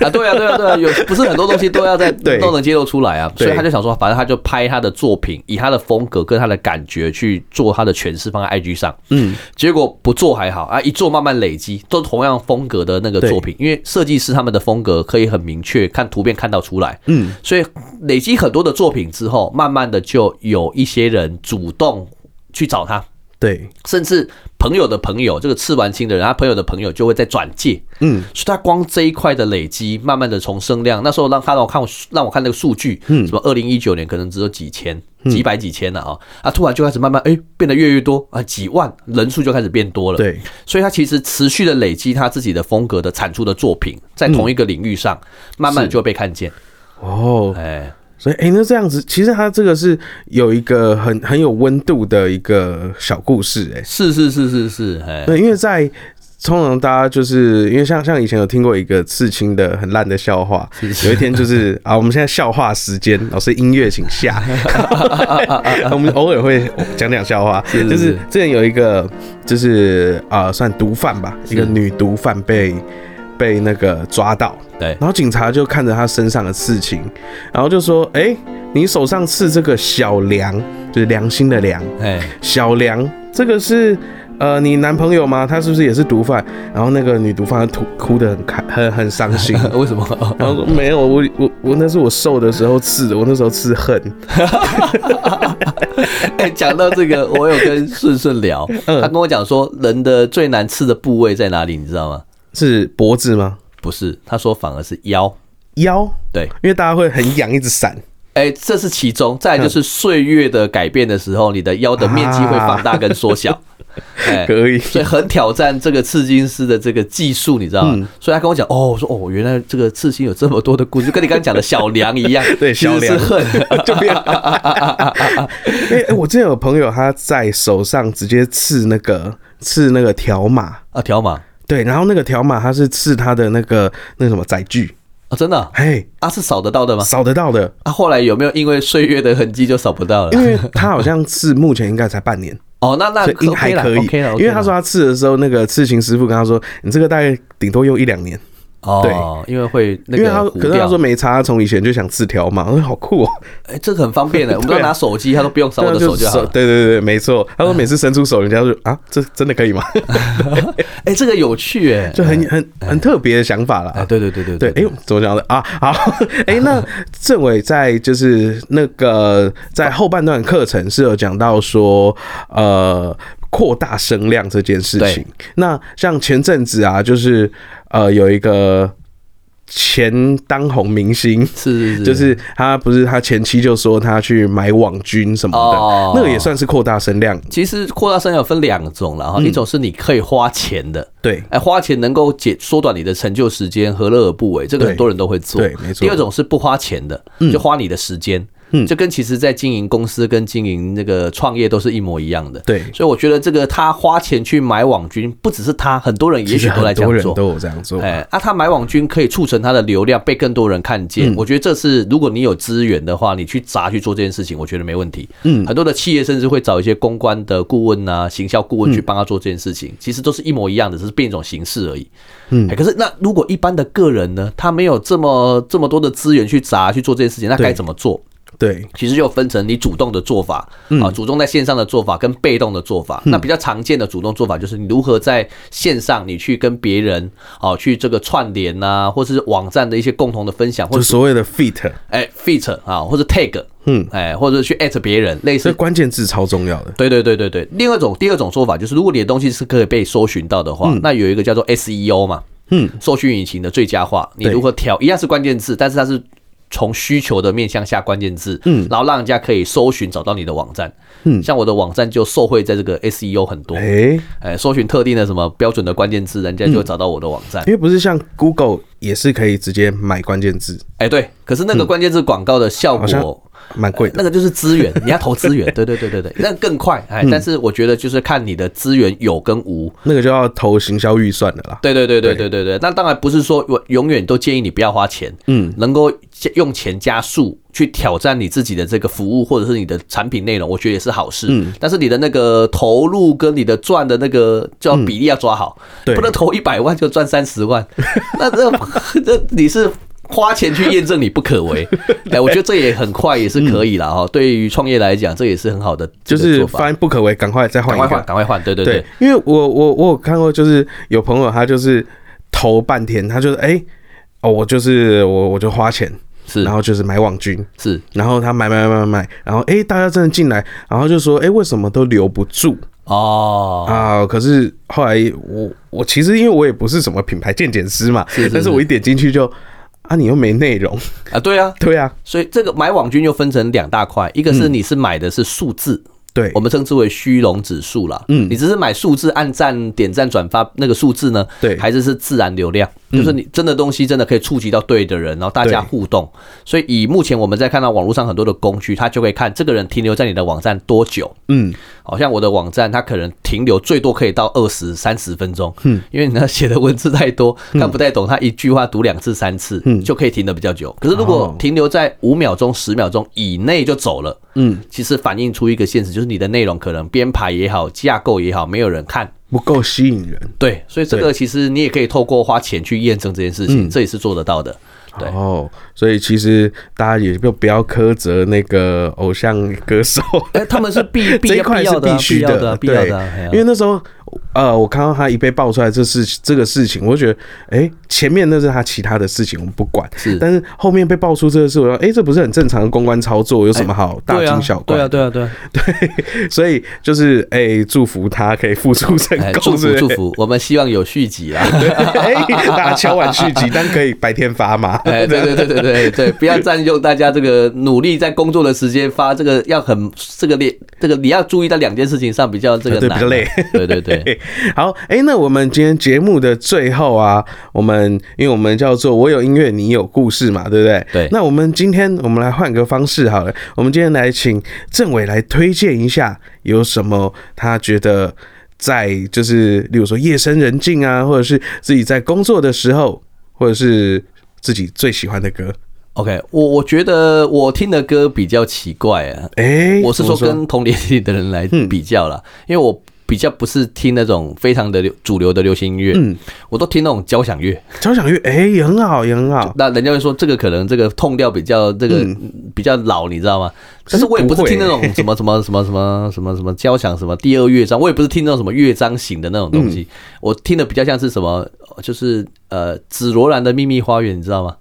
[SPEAKER 2] 啊，对啊，对啊，对啊，有不是很多东西都要在
[SPEAKER 1] 对
[SPEAKER 2] 都能揭露出来啊，
[SPEAKER 1] 对
[SPEAKER 2] 所以他就想说，反正他就拍他的作品，以他的风格跟他的感觉去做他的诠释，放在 IG 上。嗯，结果不做还好啊，一做慢慢累积，都同样风格的那个作品，因为设计师他们的风格可以很明确，看图片看到出来。嗯，所以累积很多的作品之后，慢慢的就有一些人主动去找他。
[SPEAKER 1] 对，
[SPEAKER 2] 甚至朋友的朋友，这个刺完青的人，他朋友的朋友就会再转介，嗯，所以他光这一块的累积，慢慢的从声量，那时候让他让我看我让我看那个数据，嗯，什么二零一九年可能只有几千、几百、几千了啊、啊，突然就开始慢慢哎、变得越来越多啊，几万人数就开始变多了，
[SPEAKER 1] 对，
[SPEAKER 2] 所以他其实持续的累积他自己的风格的产出的作品，在同一个领域上，慢慢地就会被看见，
[SPEAKER 1] 哦，
[SPEAKER 2] 哎，
[SPEAKER 1] 所以，哎、那这样子，其实它这个是有一个很很有温度的一个小故事、哎，
[SPEAKER 2] 是是是是是，哎，
[SPEAKER 1] 对，因为在通常大家就是因为像像以前有听过一个刺青的很烂的笑话，有一天就是
[SPEAKER 2] <laughs>
[SPEAKER 1] 啊，我们现在笑话时间，老师音乐请下，我们偶尔会讲讲笑话，
[SPEAKER 2] 是是
[SPEAKER 1] 就是
[SPEAKER 2] 是
[SPEAKER 1] 之前有一个就是啊、算毒贩吧，一个
[SPEAKER 2] 是
[SPEAKER 1] 女毒贩被被那个抓到，
[SPEAKER 2] 对
[SPEAKER 1] 然后警察就看着她身上的刺青，然后就说，哎、你手上刺这个小梁，就是良心的良，
[SPEAKER 2] 哎，
[SPEAKER 1] 小梁，这个是呃你男朋友吗？他是不是也是毒贩？然后那个女毒贩哭哭得很开，很很伤 <laughs> 心。
[SPEAKER 2] 为什么？
[SPEAKER 1] 然后说没有，我我我那是我瘦的时候刺的，我那时候刺恨。
[SPEAKER 2] 哎， <laughs> 讲到这
[SPEAKER 1] <laughs>
[SPEAKER 2] 个，我有跟顺顺聊，
[SPEAKER 1] 嗯
[SPEAKER 2] 他跟我讲说，人的最难吃的部位在哪里，你知道吗？
[SPEAKER 1] 是脖子吗？
[SPEAKER 2] 不是，他说反而是腰。
[SPEAKER 1] 腰，
[SPEAKER 2] 对，
[SPEAKER 1] 因为大家会很痒，一直 <laughs> 闪。
[SPEAKER 2] 哎、这是其中，再
[SPEAKER 1] 嗯
[SPEAKER 2] 来就是岁月的改变的时候，你的腰的面积会放大跟缩小。哎
[SPEAKER 1] <laughs> 可以
[SPEAKER 2] 所以很挑战这个刺青师的这个技术，你知道吗？
[SPEAKER 1] 嗯
[SPEAKER 2] 所以他跟我讲，哦，我说哦，原来这个刺青有这么多的故事，就跟你刚刚讲的小梁一样，
[SPEAKER 1] <laughs> 对
[SPEAKER 2] 其实
[SPEAKER 1] 小梁
[SPEAKER 2] 是恨，
[SPEAKER 1] <laughs> 就变。因为哎我之前有朋友他在手上直接刺那个刺那个条码，
[SPEAKER 2] <laughs> 啊，条码
[SPEAKER 1] 对，然后那个条码他是刺他的那个那个什么载具，
[SPEAKER 2] 啊，真的啊
[SPEAKER 1] 嘿，
[SPEAKER 2] 啊是扫得到的吗？
[SPEAKER 1] 扫得到的，
[SPEAKER 2] 啊，后来有没有因为岁月的痕迹就扫不到
[SPEAKER 1] 因
[SPEAKER 2] 了？
[SPEAKER 1] 为他好像是目前应该才半年。
[SPEAKER 2] 哦，那那
[SPEAKER 1] 所以应还
[SPEAKER 2] OK 了
[SPEAKER 1] 可以
[SPEAKER 2] ，OK 了，
[SPEAKER 1] 因为他说他刺的时候，那个刺青师傅跟他说，你这个大概顶多用一两年，
[SPEAKER 2] 哦，因为会那
[SPEAKER 1] 因为他
[SPEAKER 2] 个糊
[SPEAKER 1] 可是他
[SPEAKER 2] 掉
[SPEAKER 1] 说。没差，他从以前就想刺条嘛，我说好酷哦、
[SPEAKER 2] 哎，这个很
[SPEAKER 1] <laughs>
[SPEAKER 2] 方便的，我们都
[SPEAKER 1] 对啊
[SPEAKER 2] 拿手机，他都不用扫我的
[SPEAKER 1] 对啊
[SPEAKER 2] 手就好了。嗯
[SPEAKER 1] 对对对，没错。他说每次伸出手，人家就啊，这真的可以吗？
[SPEAKER 2] 哎，这个有趣哎，
[SPEAKER 1] 就很很很特别的想法
[SPEAKER 2] 哎，
[SPEAKER 1] 啦。
[SPEAKER 2] 对对对对
[SPEAKER 1] 对，哎、呦，怎么讲的啊？好， <laughs> 哎、那政委在就是那个在后半段课程是有讲到说，呃，扩大声量这件事情。那像前阵子啊，就是呃，有一个前当红明星，
[SPEAKER 2] 是是是，
[SPEAKER 1] 就是他不是他前妻就说他去买网军什么的，
[SPEAKER 2] 哦
[SPEAKER 1] 那个也算嗯是扩大声量。
[SPEAKER 2] 其实扩大生涯有分两种啦，哈、一种是你可以花钱的，
[SPEAKER 1] 对
[SPEAKER 2] 哎，花钱能够解缩短你的成就时间，何乐而不为？这个
[SPEAKER 1] 对
[SPEAKER 2] 很多人都会做。
[SPEAKER 1] 对没错
[SPEAKER 2] 第二种是不花钱的，就花你的时间。
[SPEAKER 1] 嗯
[SPEAKER 2] 就跟其实，在经营公司跟经营那个创业都是一模一样的。
[SPEAKER 1] 对
[SPEAKER 2] 所以我觉得这个他花钱去买网军，不只是他，很多人也
[SPEAKER 1] 其
[SPEAKER 2] 许
[SPEAKER 1] 实
[SPEAKER 2] 都
[SPEAKER 1] 很
[SPEAKER 2] 来这
[SPEAKER 1] 多
[SPEAKER 2] 样
[SPEAKER 1] 人
[SPEAKER 2] 做。
[SPEAKER 1] 都有这样做。
[SPEAKER 2] 哎，啊，他买网军可以促成他的流量被更多人看见。我觉得这是如果你有资源的话，你去砸去做这件事情，我觉得没问题。嗯，很多的企业甚至会找一些公关的顾问啊、行销顾问去帮他做这件事情，其实都是一模一样的，只是变一种形式而已。嗯，可是那如果一般的个人呢，他没有这么这么多的资源去砸去做这件事情，那该怎么做？
[SPEAKER 1] 对，
[SPEAKER 2] 其实就分成你主动的做法、
[SPEAKER 1] 嗯
[SPEAKER 2] 啊，主动在线上的做法跟被动的做法。那比较常见的主动做法就是你如何在线上你去跟别人啊去这个串联呐、或是网站的一些共同的分享，或
[SPEAKER 1] 就
[SPEAKER 2] 者
[SPEAKER 1] 所谓的 fit，
[SPEAKER 2] 哎 feature 啊，或者 tag，
[SPEAKER 1] 嗯，
[SPEAKER 2] 哎，或者去 at 别人，类
[SPEAKER 1] 这
[SPEAKER 2] 似。
[SPEAKER 1] 关键字超重要的。
[SPEAKER 2] 对对对对对，另二种第二种说法就是，如果你的东西是可以被搜寻到的话，那有一个叫做 SEO 嘛，
[SPEAKER 1] 嗯，
[SPEAKER 2] 搜寻引擎的最佳化，你
[SPEAKER 1] 对
[SPEAKER 2] 如何调一样是关键字，但是它是从需求的面向下关键字，嗯，然后让人家可以搜寻找到你的网站，嗯，像我的网站就受惠在这个 SEO 很多，
[SPEAKER 1] 哎、嗯
[SPEAKER 2] 哎、搜寻特定的什么标准的关键字，人家就会找到我的网站，
[SPEAKER 1] 因为不是像 Google 也是可以直接买关键字，
[SPEAKER 2] 哎、对，可是那个关键字广告的效
[SPEAKER 1] 嗯好像
[SPEAKER 2] 果。
[SPEAKER 1] 蛮贵的。
[SPEAKER 2] 那个就是资源，你要投资源，对对对对对，那更快
[SPEAKER 1] 嗯
[SPEAKER 2] 哎。但是我觉得就是看你的资源有跟无，
[SPEAKER 1] 那个就要投行销预算的啦。
[SPEAKER 2] 对对对对对对对，那当然不是说我永远都建议你不要花钱，嗯，能够用钱加速去挑战你自己的这个服务或者是你的产品内容，我觉得也是好事。嗯，但是你的那个投入跟你的赚的那个就要比例要抓好，
[SPEAKER 1] 嗯对
[SPEAKER 2] 不能投一百万就赚三
[SPEAKER 1] <laughs>
[SPEAKER 2] 十万，那这 <laughs> 这你是。花钱去验证你不
[SPEAKER 1] <laughs>
[SPEAKER 2] 可为，哎，我觉得这也很快，也是可以啦。哈。对于创业来讲，这也是很好的这
[SPEAKER 1] 就
[SPEAKER 2] 个
[SPEAKER 1] 是
[SPEAKER 2] 做法，
[SPEAKER 1] 翻不可为，赶快再换
[SPEAKER 2] 赶快
[SPEAKER 1] 一
[SPEAKER 2] 换，
[SPEAKER 1] 个。
[SPEAKER 2] 赶快换，对对
[SPEAKER 1] 对
[SPEAKER 2] 对，，
[SPEAKER 1] 因为我我我有看过，就是有朋友他就是投半天，他就是哎、哦，我就是我我就花钱，
[SPEAKER 2] 是
[SPEAKER 1] 然后就是买网军，
[SPEAKER 2] 是
[SPEAKER 1] 然后他买买买买买，然后哎、大家真的进来，然后就说哎、为什么都留不住
[SPEAKER 2] 哦，
[SPEAKER 1] 啊、可是后来我我其实因为我也不是什么品牌鉴检师嘛，
[SPEAKER 2] 是是
[SPEAKER 1] 但是我一点进去就啊你又没内容，
[SPEAKER 2] 啊，对啊，
[SPEAKER 1] 对啊，
[SPEAKER 2] 所以这个买网军又分成两大块，一个是你是买的是数字，
[SPEAKER 1] 对
[SPEAKER 2] 我，们称之为虚荣指数啦。嗯，你只是买数字按赞、点赞、转发那个数字呢？
[SPEAKER 1] 对
[SPEAKER 2] 还是是自然流量？就是你真的东西真的可以触及到嗯对的人，然后大家互动。所以以目前我们在看到网络上很多的工具，它就可以看这个人停留在你的网站多久。
[SPEAKER 1] 嗯，
[SPEAKER 2] 好像我的网站，它可能停留最多可以到二十三十分钟，嗯，因为你那写的文字太多，看不太懂，它一句话读两次三次，嗯，哦就可以停的比较久。可是如果停留在五秒钟、十秒钟以内就走了，
[SPEAKER 1] 嗯，
[SPEAKER 2] 其实反映出一个现实，就是你的内容可能编排也好、架构也好，没有人看。
[SPEAKER 1] 不够吸引人。
[SPEAKER 2] 对，所以这个其实你也可以透过花钱去验证这件事
[SPEAKER 1] 嗯
[SPEAKER 2] 情，这也是做得到
[SPEAKER 1] <laughs>
[SPEAKER 2] 的。对
[SPEAKER 1] 哦，所以其实大家也就不要苛责那个偶像歌手，
[SPEAKER 2] 哎，他们是必 <laughs> 必
[SPEAKER 1] 这一
[SPEAKER 2] 要
[SPEAKER 1] 块是
[SPEAKER 2] 必要的啊、必
[SPEAKER 1] 须
[SPEAKER 2] 要的啊、必要
[SPEAKER 1] 对
[SPEAKER 2] 的啊，嘿啊，
[SPEAKER 1] 因为那时候，呃，我看到他一被爆出来这事这个事情，我就觉得，哎、前面那是他其他的事情，我们不管。
[SPEAKER 2] 是
[SPEAKER 1] 但是后面被爆出这个事，我说，哎、这不是很正常的公关操作，有什么好大
[SPEAKER 2] 对啊
[SPEAKER 1] 惊小怪？
[SPEAKER 2] 对啊，对啊，对啊。
[SPEAKER 1] 所以就是，哎、祝福他可以复出成 <laughs>
[SPEAKER 2] 哎，
[SPEAKER 1] 功，
[SPEAKER 2] 祝
[SPEAKER 1] 是
[SPEAKER 2] 福
[SPEAKER 1] 不是
[SPEAKER 2] 祝。福，我们希望有续集
[SPEAKER 1] <laughs>
[SPEAKER 2] 啊啦。
[SPEAKER 1] 对，哎、大家敲完续集，但可以白天发嘛？ <laughs>
[SPEAKER 2] 哎，对对对对对对，不要占用大家这个努力在工作的时间发这个，要很这个列这个你要注意在两件事情上比较这个
[SPEAKER 1] <laughs> 对
[SPEAKER 2] 难啊，
[SPEAKER 1] 比较累
[SPEAKER 2] 对
[SPEAKER 1] <laughs>
[SPEAKER 2] 对对，
[SPEAKER 1] 好，哎、那我们今天节目的最后啊，我们因为我们叫做“我有音乐，你有故事”嘛，对不对？
[SPEAKER 2] 对
[SPEAKER 1] 那我们今天我们来换个方式好了，我们今天来请政委来推荐一下有什么他觉得在就是，例如说夜深人静啊，或者是自己在工作的时候，或者是自己最喜欢的歌。
[SPEAKER 2] OK，我我觉得我听的歌比较奇怪啊，
[SPEAKER 1] 哎、
[SPEAKER 2] 我是说
[SPEAKER 1] 怎么
[SPEAKER 2] 跟同年纪的人来比较啦，因为我比较不是听那种非常的流主流的流行音乐，
[SPEAKER 1] 嗯
[SPEAKER 2] 我都听那种交响乐。
[SPEAKER 1] 交响乐，哎、也很好，也很好。
[SPEAKER 2] 那人家会说这个可能这个痛调比较这个比较老，你知道吗？但是我也不是
[SPEAKER 1] 不会
[SPEAKER 2] 听那种什么什么什么什么什么什么交响什么第二乐章，我也不是听那种什么乐章型的那种东西，我听的比较像是什么，就是呃紫罗兰的秘密花园，你知道吗？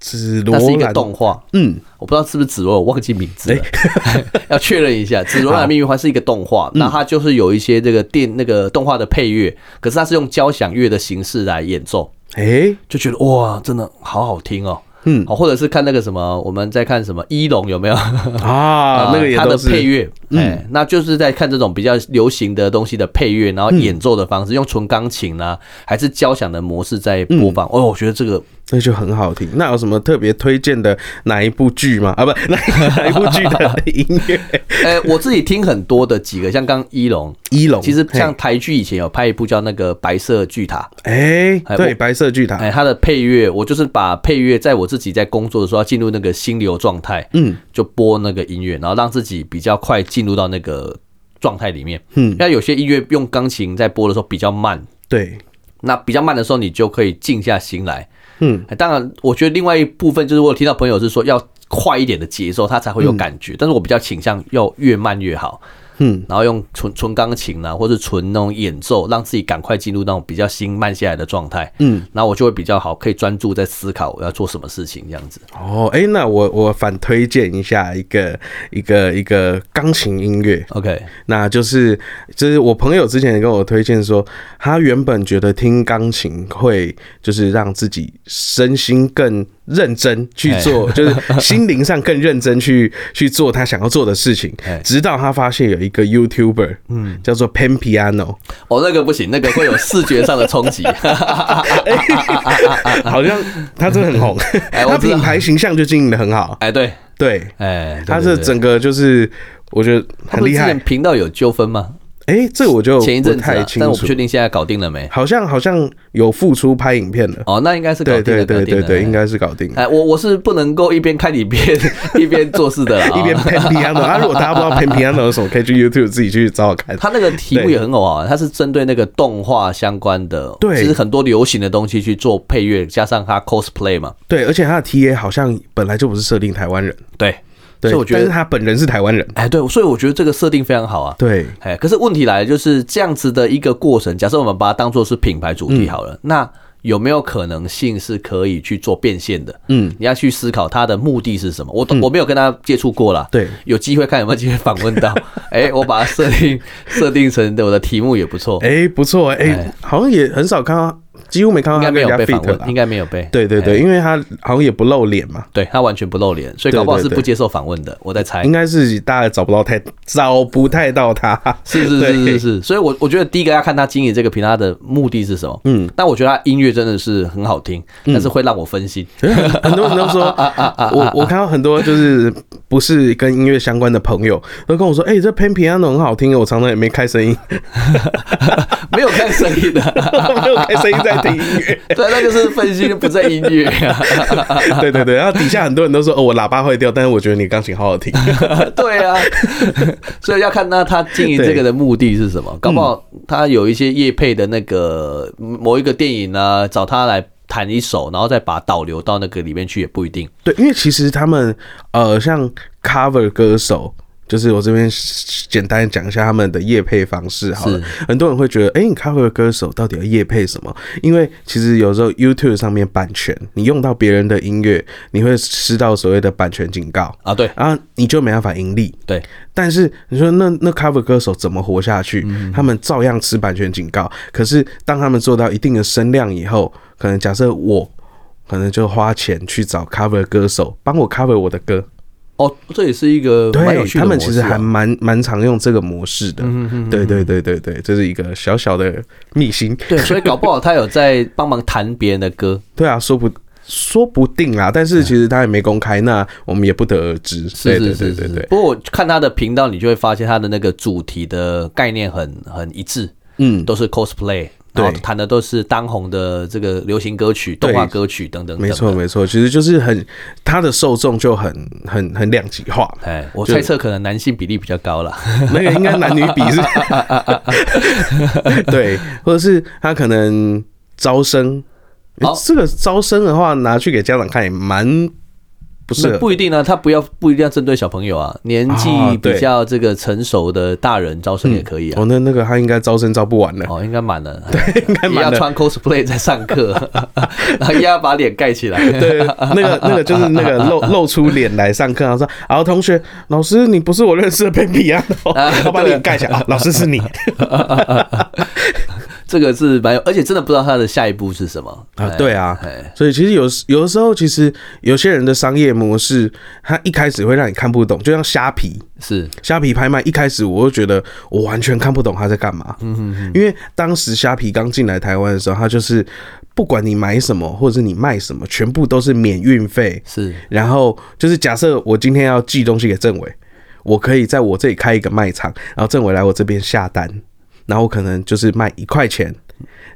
[SPEAKER 1] 紫罗
[SPEAKER 2] 那是一个
[SPEAKER 1] 兰，
[SPEAKER 2] 动画，
[SPEAKER 1] 嗯，
[SPEAKER 2] 我不知道是不是紫罗兰，我忘记名字了， <laughs> 要确认一下。紫罗兰的秘密花是一个动画，那它就是有一些这个电那个动画的配乐，可是它是用交响乐的形式来演奏，
[SPEAKER 1] 哎、
[SPEAKER 2] <laughs> 就觉得哇，真的好好听哦。
[SPEAKER 1] 嗯
[SPEAKER 2] 好，或者是看那个什么，我们在看什么一龙有 <laughs> 没有？
[SPEAKER 1] 啊，那个也
[SPEAKER 2] 呃它
[SPEAKER 1] 都
[SPEAKER 2] 的
[SPEAKER 1] 是
[SPEAKER 2] 配乐，哎，那就是在看这种比较流行的东西的配乐，然后演奏的方式，用纯钢琴啊，还是交响的模式在播放。哦，我觉得这个
[SPEAKER 1] 那就很好听。那有什么特别推荐的哪一部剧吗？啊，不， <laughs> 哪哪一部剧的音乐？
[SPEAKER 2] 哎、我自己听很多的几个，像刚一龙，
[SPEAKER 1] 一龙，
[SPEAKER 2] 其实像台剧以前有拍一部叫那个《白色巨塔》，
[SPEAKER 1] 哎、
[SPEAKER 2] 哎
[SPEAKER 1] 对，
[SPEAKER 2] 我
[SPEAKER 1] 白色巨塔，
[SPEAKER 2] 哎，它的配乐，我就是把配乐在我自己在工作的时候要进入那个心流状态，
[SPEAKER 1] 嗯，
[SPEAKER 2] 就播那个音乐，然后让自己比较快进入到那个状态里面。
[SPEAKER 1] 嗯，
[SPEAKER 2] 那有些音乐用钢琴在播的时候比较慢，
[SPEAKER 1] 对，
[SPEAKER 2] 那比较慢的时候，你就可以静下心来。
[SPEAKER 1] 嗯
[SPEAKER 2] 哎当然，我觉得另外一部分就是我有听到朋友是说要快一点的节奏，他才会有感觉，但是我比较倾向要越慢越好。
[SPEAKER 1] 嗯，
[SPEAKER 2] 然后用纯纯钢琴啊，或是纯那种演奏，让自己赶快进入那种比较心慢下来的状态。
[SPEAKER 1] 嗯，
[SPEAKER 2] 然后我就会比较好，可以专注在思考我要做什么事情这样子。
[SPEAKER 1] 哦，哎、那我我反推荐一下一个一个一个钢琴音乐，
[SPEAKER 2] OK，
[SPEAKER 1] 那就是就是我朋友之前也跟我推荐说，他原本觉得听钢琴会就是让自己身心更认真
[SPEAKER 2] 哎
[SPEAKER 1] 去做，就是心灵上更认真去去做他想要做的事情
[SPEAKER 2] 哎，
[SPEAKER 1] 直到他发现有一个 YouTuber，嗯，叫做 Pen
[SPEAKER 2] <laughs>
[SPEAKER 1] Piano，
[SPEAKER 2] 哦，那个不行，那个会有视觉上的
[SPEAKER 1] <laughs>
[SPEAKER 2] 冲击。
[SPEAKER 1] 好像他真的很红，
[SPEAKER 2] 啊
[SPEAKER 1] <laughs>
[SPEAKER 2] 哎
[SPEAKER 1] 他
[SPEAKER 2] 我知道
[SPEAKER 1] 品牌形象就经营的很好，
[SPEAKER 2] 哎，对，
[SPEAKER 1] 对，
[SPEAKER 2] 哎，对
[SPEAKER 1] 他
[SPEAKER 2] 对
[SPEAKER 1] 是
[SPEAKER 2] 对
[SPEAKER 1] 整个就是我觉得
[SPEAKER 2] 他
[SPEAKER 1] 很
[SPEAKER 2] 不是
[SPEAKER 1] 厉
[SPEAKER 2] 之
[SPEAKER 1] 害
[SPEAKER 2] 前，频道有纠纷吗？
[SPEAKER 1] 哎，这我就
[SPEAKER 2] 前一
[SPEAKER 1] 不
[SPEAKER 2] 阵子、
[SPEAKER 1] 太
[SPEAKER 2] 啊，
[SPEAKER 1] 清
[SPEAKER 2] 但我不
[SPEAKER 1] 楚
[SPEAKER 2] 确，定现在搞定了没。
[SPEAKER 1] 好像好像有付出拍影片了。
[SPEAKER 2] 哦，那应该是搞
[SPEAKER 1] 对
[SPEAKER 2] 定
[SPEAKER 1] 对
[SPEAKER 2] 了，
[SPEAKER 1] 对
[SPEAKER 2] 搞定
[SPEAKER 1] 对
[SPEAKER 2] 了
[SPEAKER 1] 对，应。该是搞定了。
[SPEAKER 2] 哎，我我是不能够一边 <laughs> 看影片一边做事的啦、
[SPEAKER 1] <laughs>
[SPEAKER 2] 啊
[SPEAKER 1] 一边 pan piano，啊，如果大家不知道 pan piano 是什么，可以去 YouTube 自己去找找看。
[SPEAKER 2] 他那个题目也很好啊，它是针对那个动画相关的，
[SPEAKER 1] 对
[SPEAKER 2] 就是很多流行的东西去做配乐，加上他 cosplay 嘛，
[SPEAKER 1] 对，而且他的 TA 好像本来就不是设定台湾人，
[SPEAKER 2] 对，
[SPEAKER 1] 对，
[SPEAKER 2] 所以我觉
[SPEAKER 1] 但是
[SPEAKER 2] 得，
[SPEAKER 1] 他本人是台湾人，
[SPEAKER 2] 哎，对，所以我觉得这个设定非常好啊。
[SPEAKER 1] 对，
[SPEAKER 2] 哎，可是问题来了，就是这样子的一个过程，假设我们把它当做是品牌主
[SPEAKER 1] 嗯
[SPEAKER 2] 题好了，那有没有可能性是可以去做变现的？
[SPEAKER 1] 嗯，
[SPEAKER 2] 你要去思考它的目的是什么。我、我没有跟他接触过啦，
[SPEAKER 1] 对
[SPEAKER 2] 有机会看有没有机会访问
[SPEAKER 1] <laughs>
[SPEAKER 2] 到。哎，我把它设定设定成我的题目也不错。
[SPEAKER 1] 哎，不错，哎，好像也很少看到几乎没看到
[SPEAKER 2] 应
[SPEAKER 1] 他跟
[SPEAKER 2] 该没
[SPEAKER 1] 人
[SPEAKER 2] 有
[SPEAKER 1] 家
[SPEAKER 2] 被访
[SPEAKER 1] fit
[SPEAKER 2] 问，
[SPEAKER 1] 吧
[SPEAKER 2] 应？该没有被。哎
[SPEAKER 1] 对对对，因为他好像也不露脸嘛，
[SPEAKER 2] 对他完全不露脸，所以搞不好
[SPEAKER 1] 对
[SPEAKER 2] 是
[SPEAKER 1] 对对
[SPEAKER 2] 不接受访问的。我在猜
[SPEAKER 1] 应，该是大家找不到太找不太到他，
[SPEAKER 2] 是是是
[SPEAKER 1] 对
[SPEAKER 2] 是是。所以我，我觉得第一个要看他经营这个频道他的目的是什么。
[SPEAKER 1] 嗯，
[SPEAKER 2] 但我觉得他音乐真的是很好听，但是会让我分心。
[SPEAKER 1] 很多人都说，我我看到很多就是不是跟音乐相关的朋友都跟我说，哎、这 Pan Piano 很好听哦，我常常也没开声音， <laughs>
[SPEAKER 2] 没有看声音的，
[SPEAKER 1] 没有开声音在听音乐。
[SPEAKER 2] 对，那就是分心不在音乐、
[SPEAKER 1] 对对对，然后底下很多人都说，哦，我喇叭坏掉，但是我觉得你钢琴好好听。
[SPEAKER 2] 对啊，所以要看那他经营这个的目的是什么。搞不好
[SPEAKER 1] 嗯
[SPEAKER 2] 他有一些业配的那个某一个电影啊，找他来弹一首，然后再把导流到那个里面去也不一定。
[SPEAKER 1] 对，因为其实他们呃，像 cover 歌手，就是我这边简单讲一下他们的业配方式好了。很多人会觉得，哎、你 cover 歌手到底要业配什么？因为其实有时候 YouTube 上面版权，你用到别人的音乐，你会吃到所谓的版权警告。
[SPEAKER 2] 啊，对
[SPEAKER 1] 啊，你就没办法盈利。
[SPEAKER 2] 对，
[SPEAKER 1] 但是你说那那 cover 歌手怎么活下去？
[SPEAKER 2] 嗯
[SPEAKER 1] 他们照样吃版权警告。可是当他们做到一定的声量以后，可能假设我可能就花钱去找 cover 歌手帮我 cover 我的歌。
[SPEAKER 2] 哦，这也是一个蛮有
[SPEAKER 1] 对，
[SPEAKER 2] 趣
[SPEAKER 1] 他
[SPEAKER 2] 的模
[SPEAKER 1] 们
[SPEAKER 2] 式啊嗯
[SPEAKER 1] 其实还蛮蛮常用这个模式的。对对对对对，这是一个小小的秘辛。
[SPEAKER 2] 对，所以搞不好他有在帮忙弹别人的
[SPEAKER 1] <laughs>
[SPEAKER 2] 歌。
[SPEAKER 1] 对啊，说不说不定啦，但是其实他也没公开，那我们也不得而知。
[SPEAKER 2] 是
[SPEAKER 1] 对
[SPEAKER 2] 是是
[SPEAKER 1] 对
[SPEAKER 2] 是
[SPEAKER 1] 对
[SPEAKER 2] 是
[SPEAKER 1] 对，。
[SPEAKER 2] 不过我看他的频道，你就会发现他的那个主题的概念很很一致，
[SPEAKER 1] 嗯，
[SPEAKER 2] 都是 cosplay，
[SPEAKER 1] 对
[SPEAKER 2] 然后谈的都是当红的这个流行歌曲、
[SPEAKER 1] 对
[SPEAKER 2] 动画歌曲等等等。，
[SPEAKER 1] 没错，没错，其实就是很他的受众就很很很两极化
[SPEAKER 2] <laughs> 哎，我
[SPEAKER 1] 就
[SPEAKER 2] 猜测可能男性比例比较高了。
[SPEAKER 1] 那个应该男女比是， <laughs> 对，或者是他可能招生，诶
[SPEAKER 2] 好
[SPEAKER 1] 这个招生的话拿去给家长看也蛮不适
[SPEAKER 2] 那
[SPEAKER 1] 合，
[SPEAKER 2] 不一定啊，他不要不一定要针对小朋友啊，年纪
[SPEAKER 1] 啊对
[SPEAKER 2] 比较这个成熟的大人招生也可以啊。
[SPEAKER 1] 哦，那那个他应该招生招不完
[SPEAKER 2] <laughs>
[SPEAKER 1] 了，
[SPEAKER 2] 哦，应该满
[SPEAKER 1] <laughs>
[SPEAKER 2] 了，对，应
[SPEAKER 1] 该满了
[SPEAKER 2] 要穿 cosplay 在上
[SPEAKER 1] <laughs>
[SPEAKER 2] 课，然后也要把脸盖起来。
[SPEAKER 1] 对，那个那个就是那个露露出脸来上课，然后说，好同学，老师你不是我认识的 baby 啊，
[SPEAKER 2] 啊
[SPEAKER 1] 我把
[SPEAKER 2] 对
[SPEAKER 1] 脸盖起来，啊老师是你
[SPEAKER 2] 这个是蛮有，而且真的不知道他的下一步是什么
[SPEAKER 1] 啊，对啊，
[SPEAKER 2] 哎，
[SPEAKER 1] 所以其实有时有的时候，其实有些人的商业模式，他一开始会让你看不懂，就像虾皮，
[SPEAKER 2] 是
[SPEAKER 1] 虾皮拍卖一开始我就觉得我完全看不懂他在干嘛，因为当时虾皮刚进来台湾的时候，它就是不管你买什么或者是你卖什么，全部都是免运费，
[SPEAKER 2] 是
[SPEAKER 1] 然后就是假设我今天要寄东西给政委，我可以在我这里开一个卖场，然后政委来我这边下单，然后我可能就是卖一块钱，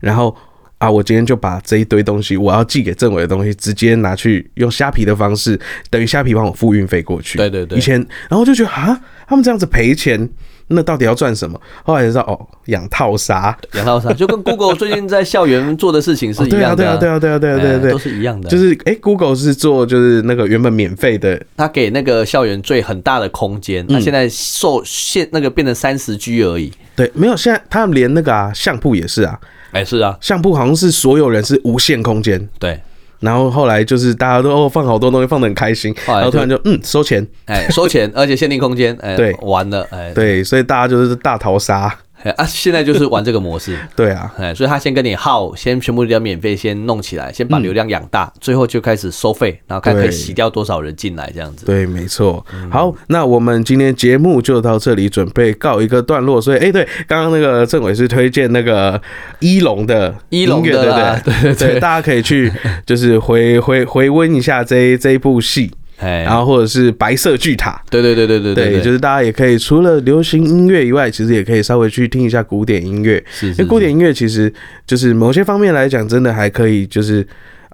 [SPEAKER 1] 然后啊，我今天就把这一堆东西我要寄给政委的东西，直接拿去用虾皮的方式，等于虾皮帮我付运费过去。
[SPEAKER 2] 对对对
[SPEAKER 1] 以前，然后我就觉得啊，他们这样子赔钱。那到底要赚什么？后来才知道哦，养套杀，
[SPEAKER 2] 杨老师就跟 Google 最近在校园做的事情是
[SPEAKER 1] 哦
[SPEAKER 2] 一
[SPEAKER 1] 对啊，
[SPEAKER 2] 样
[SPEAKER 1] 对
[SPEAKER 2] 的
[SPEAKER 1] 啊，
[SPEAKER 2] 啊，
[SPEAKER 1] 对啊，对啊，对啊，对啊
[SPEAKER 2] 哎
[SPEAKER 1] 对
[SPEAKER 2] 都
[SPEAKER 1] 啊，
[SPEAKER 2] 是一样的啊，
[SPEAKER 1] 就是哎、g o o g l e 是做就是那个原本免费的，
[SPEAKER 2] 他给那个校园最很大的空间，那、现在受限那个变成三十 G 而已。
[SPEAKER 1] 对，没有，现在他们连那个啊相簿也是啊，
[SPEAKER 2] 哎、是啊，
[SPEAKER 1] 相簿好像是所有人是无限空间，
[SPEAKER 2] 对，
[SPEAKER 1] 然后后来就是大家都哦放好多东西放的很开心，
[SPEAKER 2] 后来
[SPEAKER 1] 然后突然就嗯收钱，
[SPEAKER 2] 哎、收钱，而且限定空间，哎、
[SPEAKER 1] 对
[SPEAKER 2] 完了，哎、
[SPEAKER 1] 对，所以大家就是大逃杀，
[SPEAKER 2] 哎啊，现在就是玩这个模式。
[SPEAKER 1] 对啊，
[SPEAKER 2] 哎，所以他先跟你耗，先全部要免费，先弄起来，先把流量养大，最后就开始收费，然后看可以
[SPEAKER 1] 嗯对
[SPEAKER 2] 洗掉多少人进来这样子。
[SPEAKER 1] 对，没错。
[SPEAKER 2] 嗯
[SPEAKER 1] 好，那我们今天节目就到这里，准备告一个段落。所以，哎、对，刚刚那个政委是推荐那个一龙的
[SPEAKER 2] 一龙
[SPEAKER 1] 音乐
[SPEAKER 2] 的啦
[SPEAKER 1] 对不
[SPEAKER 2] 对对对
[SPEAKER 1] 对，大家可以去就是回回回温一下这一这一部戏，
[SPEAKER 2] 哎，
[SPEAKER 1] 然后或者是白色巨塔。
[SPEAKER 2] 对对对对对
[SPEAKER 1] 对，
[SPEAKER 2] 对，
[SPEAKER 1] 就是大家也可以除了流行音乐以外，其实也可以稍微去听一下古典音乐，
[SPEAKER 2] 是
[SPEAKER 1] 因为
[SPEAKER 2] 是
[SPEAKER 1] 古典音乐其实就是某些方面来讲，真的还可以，就是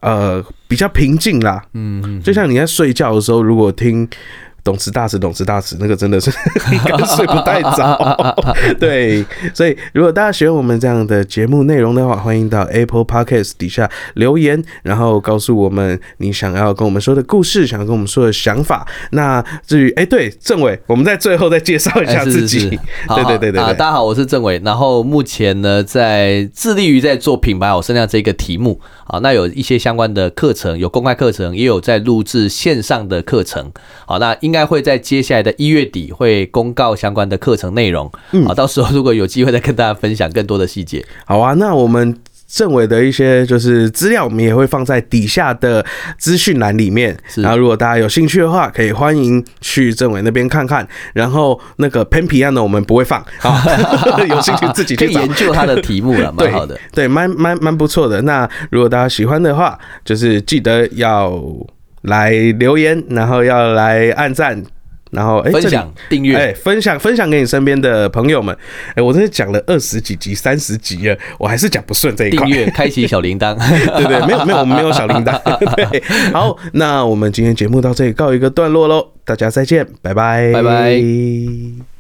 [SPEAKER 1] 呃比较平静啦。嗯，就像你在睡觉的时候，如果听。懂词大词，懂词大词，那个真的
[SPEAKER 2] <laughs>
[SPEAKER 1] 是 <laughs> 应该睡不太着。对，所以如果大家喜欢我们这样的节目内容的话，欢迎到 Apple Podcast 底下留言，然后告诉我们你想要跟我们说的故事，想要跟我们说的想法。那至于哎、对，政委，我们在最后再介绍一
[SPEAKER 2] 哎
[SPEAKER 1] 下
[SPEAKER 2] 是
[SPEAKER 1] 自
[SPEAKER 2] 是
[SPEAKER 1] 己。
[SPEAKER 2] 是好
[SPEAKER 1] 对
[SPEAKER 2] 好
[SPEAKER 1] 对对对
[SPEAKER 2] 啊！
[SPEAKER 1] 对。
[SPEAKER 2] 大家好，我是郑伟。然后目前呢，在致力于在做品牌好声量这个题目好，那有一些相关的课程，有公开课程，也有在录制线上的课程。好，那应该会在接下来的一月底会公告相
[SPEAKER 1] 嗯
[SPEAKER 2] 关的课程内容。好，到时候如果有机会再跟大家分享更多的细节。
[SPEAKER 1] 好啊，那我们政委的一些就是资料，我们也会放在底下的资讯栏里面。
[SPEAKER 2] 是
[SPEAKER 1] 然后如果大家有兴趣的话，可以欢迎去政委那边看看。然后那个 Pan p i a 呢，我们不会放，
[SPEAKER 2] <laughs>
[SPEAKER 1] 好， <laughs> 有兴趣自己
[SPEAKER 2] 可
[SPEAKER 1] 去
[SPEAKER 2] 以
[SPEAKER 1] 找。
[SPEAKER 2] 研究他的题目了，蛮好的。
[SPEAKER 1] <laughs> 对，哎蛮蛮蛮不错的。那如果大家喜欢的话，就是记得要来留言，然后要来按赞，然后哎、
[SPEAKER 2] 分
[SPEAKER 1] 这里
[SPEAKER 2] 享、订
[SPEAKER 1] 哎、
[SPEAKER 2] 阅，
[SPEAKER 1] 分享分享给你身边的朋友们。哎、我真的讲了二十几集、三十集了，我还是讲不顺这一
[SPEAKER 2] 订
[SPEAKER 1] 块。
[SPEAKER 2] 阅，开启小铃铛。
[SPEAKER 1] 对对，没有没有，我们没有小铃铛。对，好，那我们今天节目到这里告一个段落喽，大家再见，拜拜，
[SPEAKER 2] 拜拜。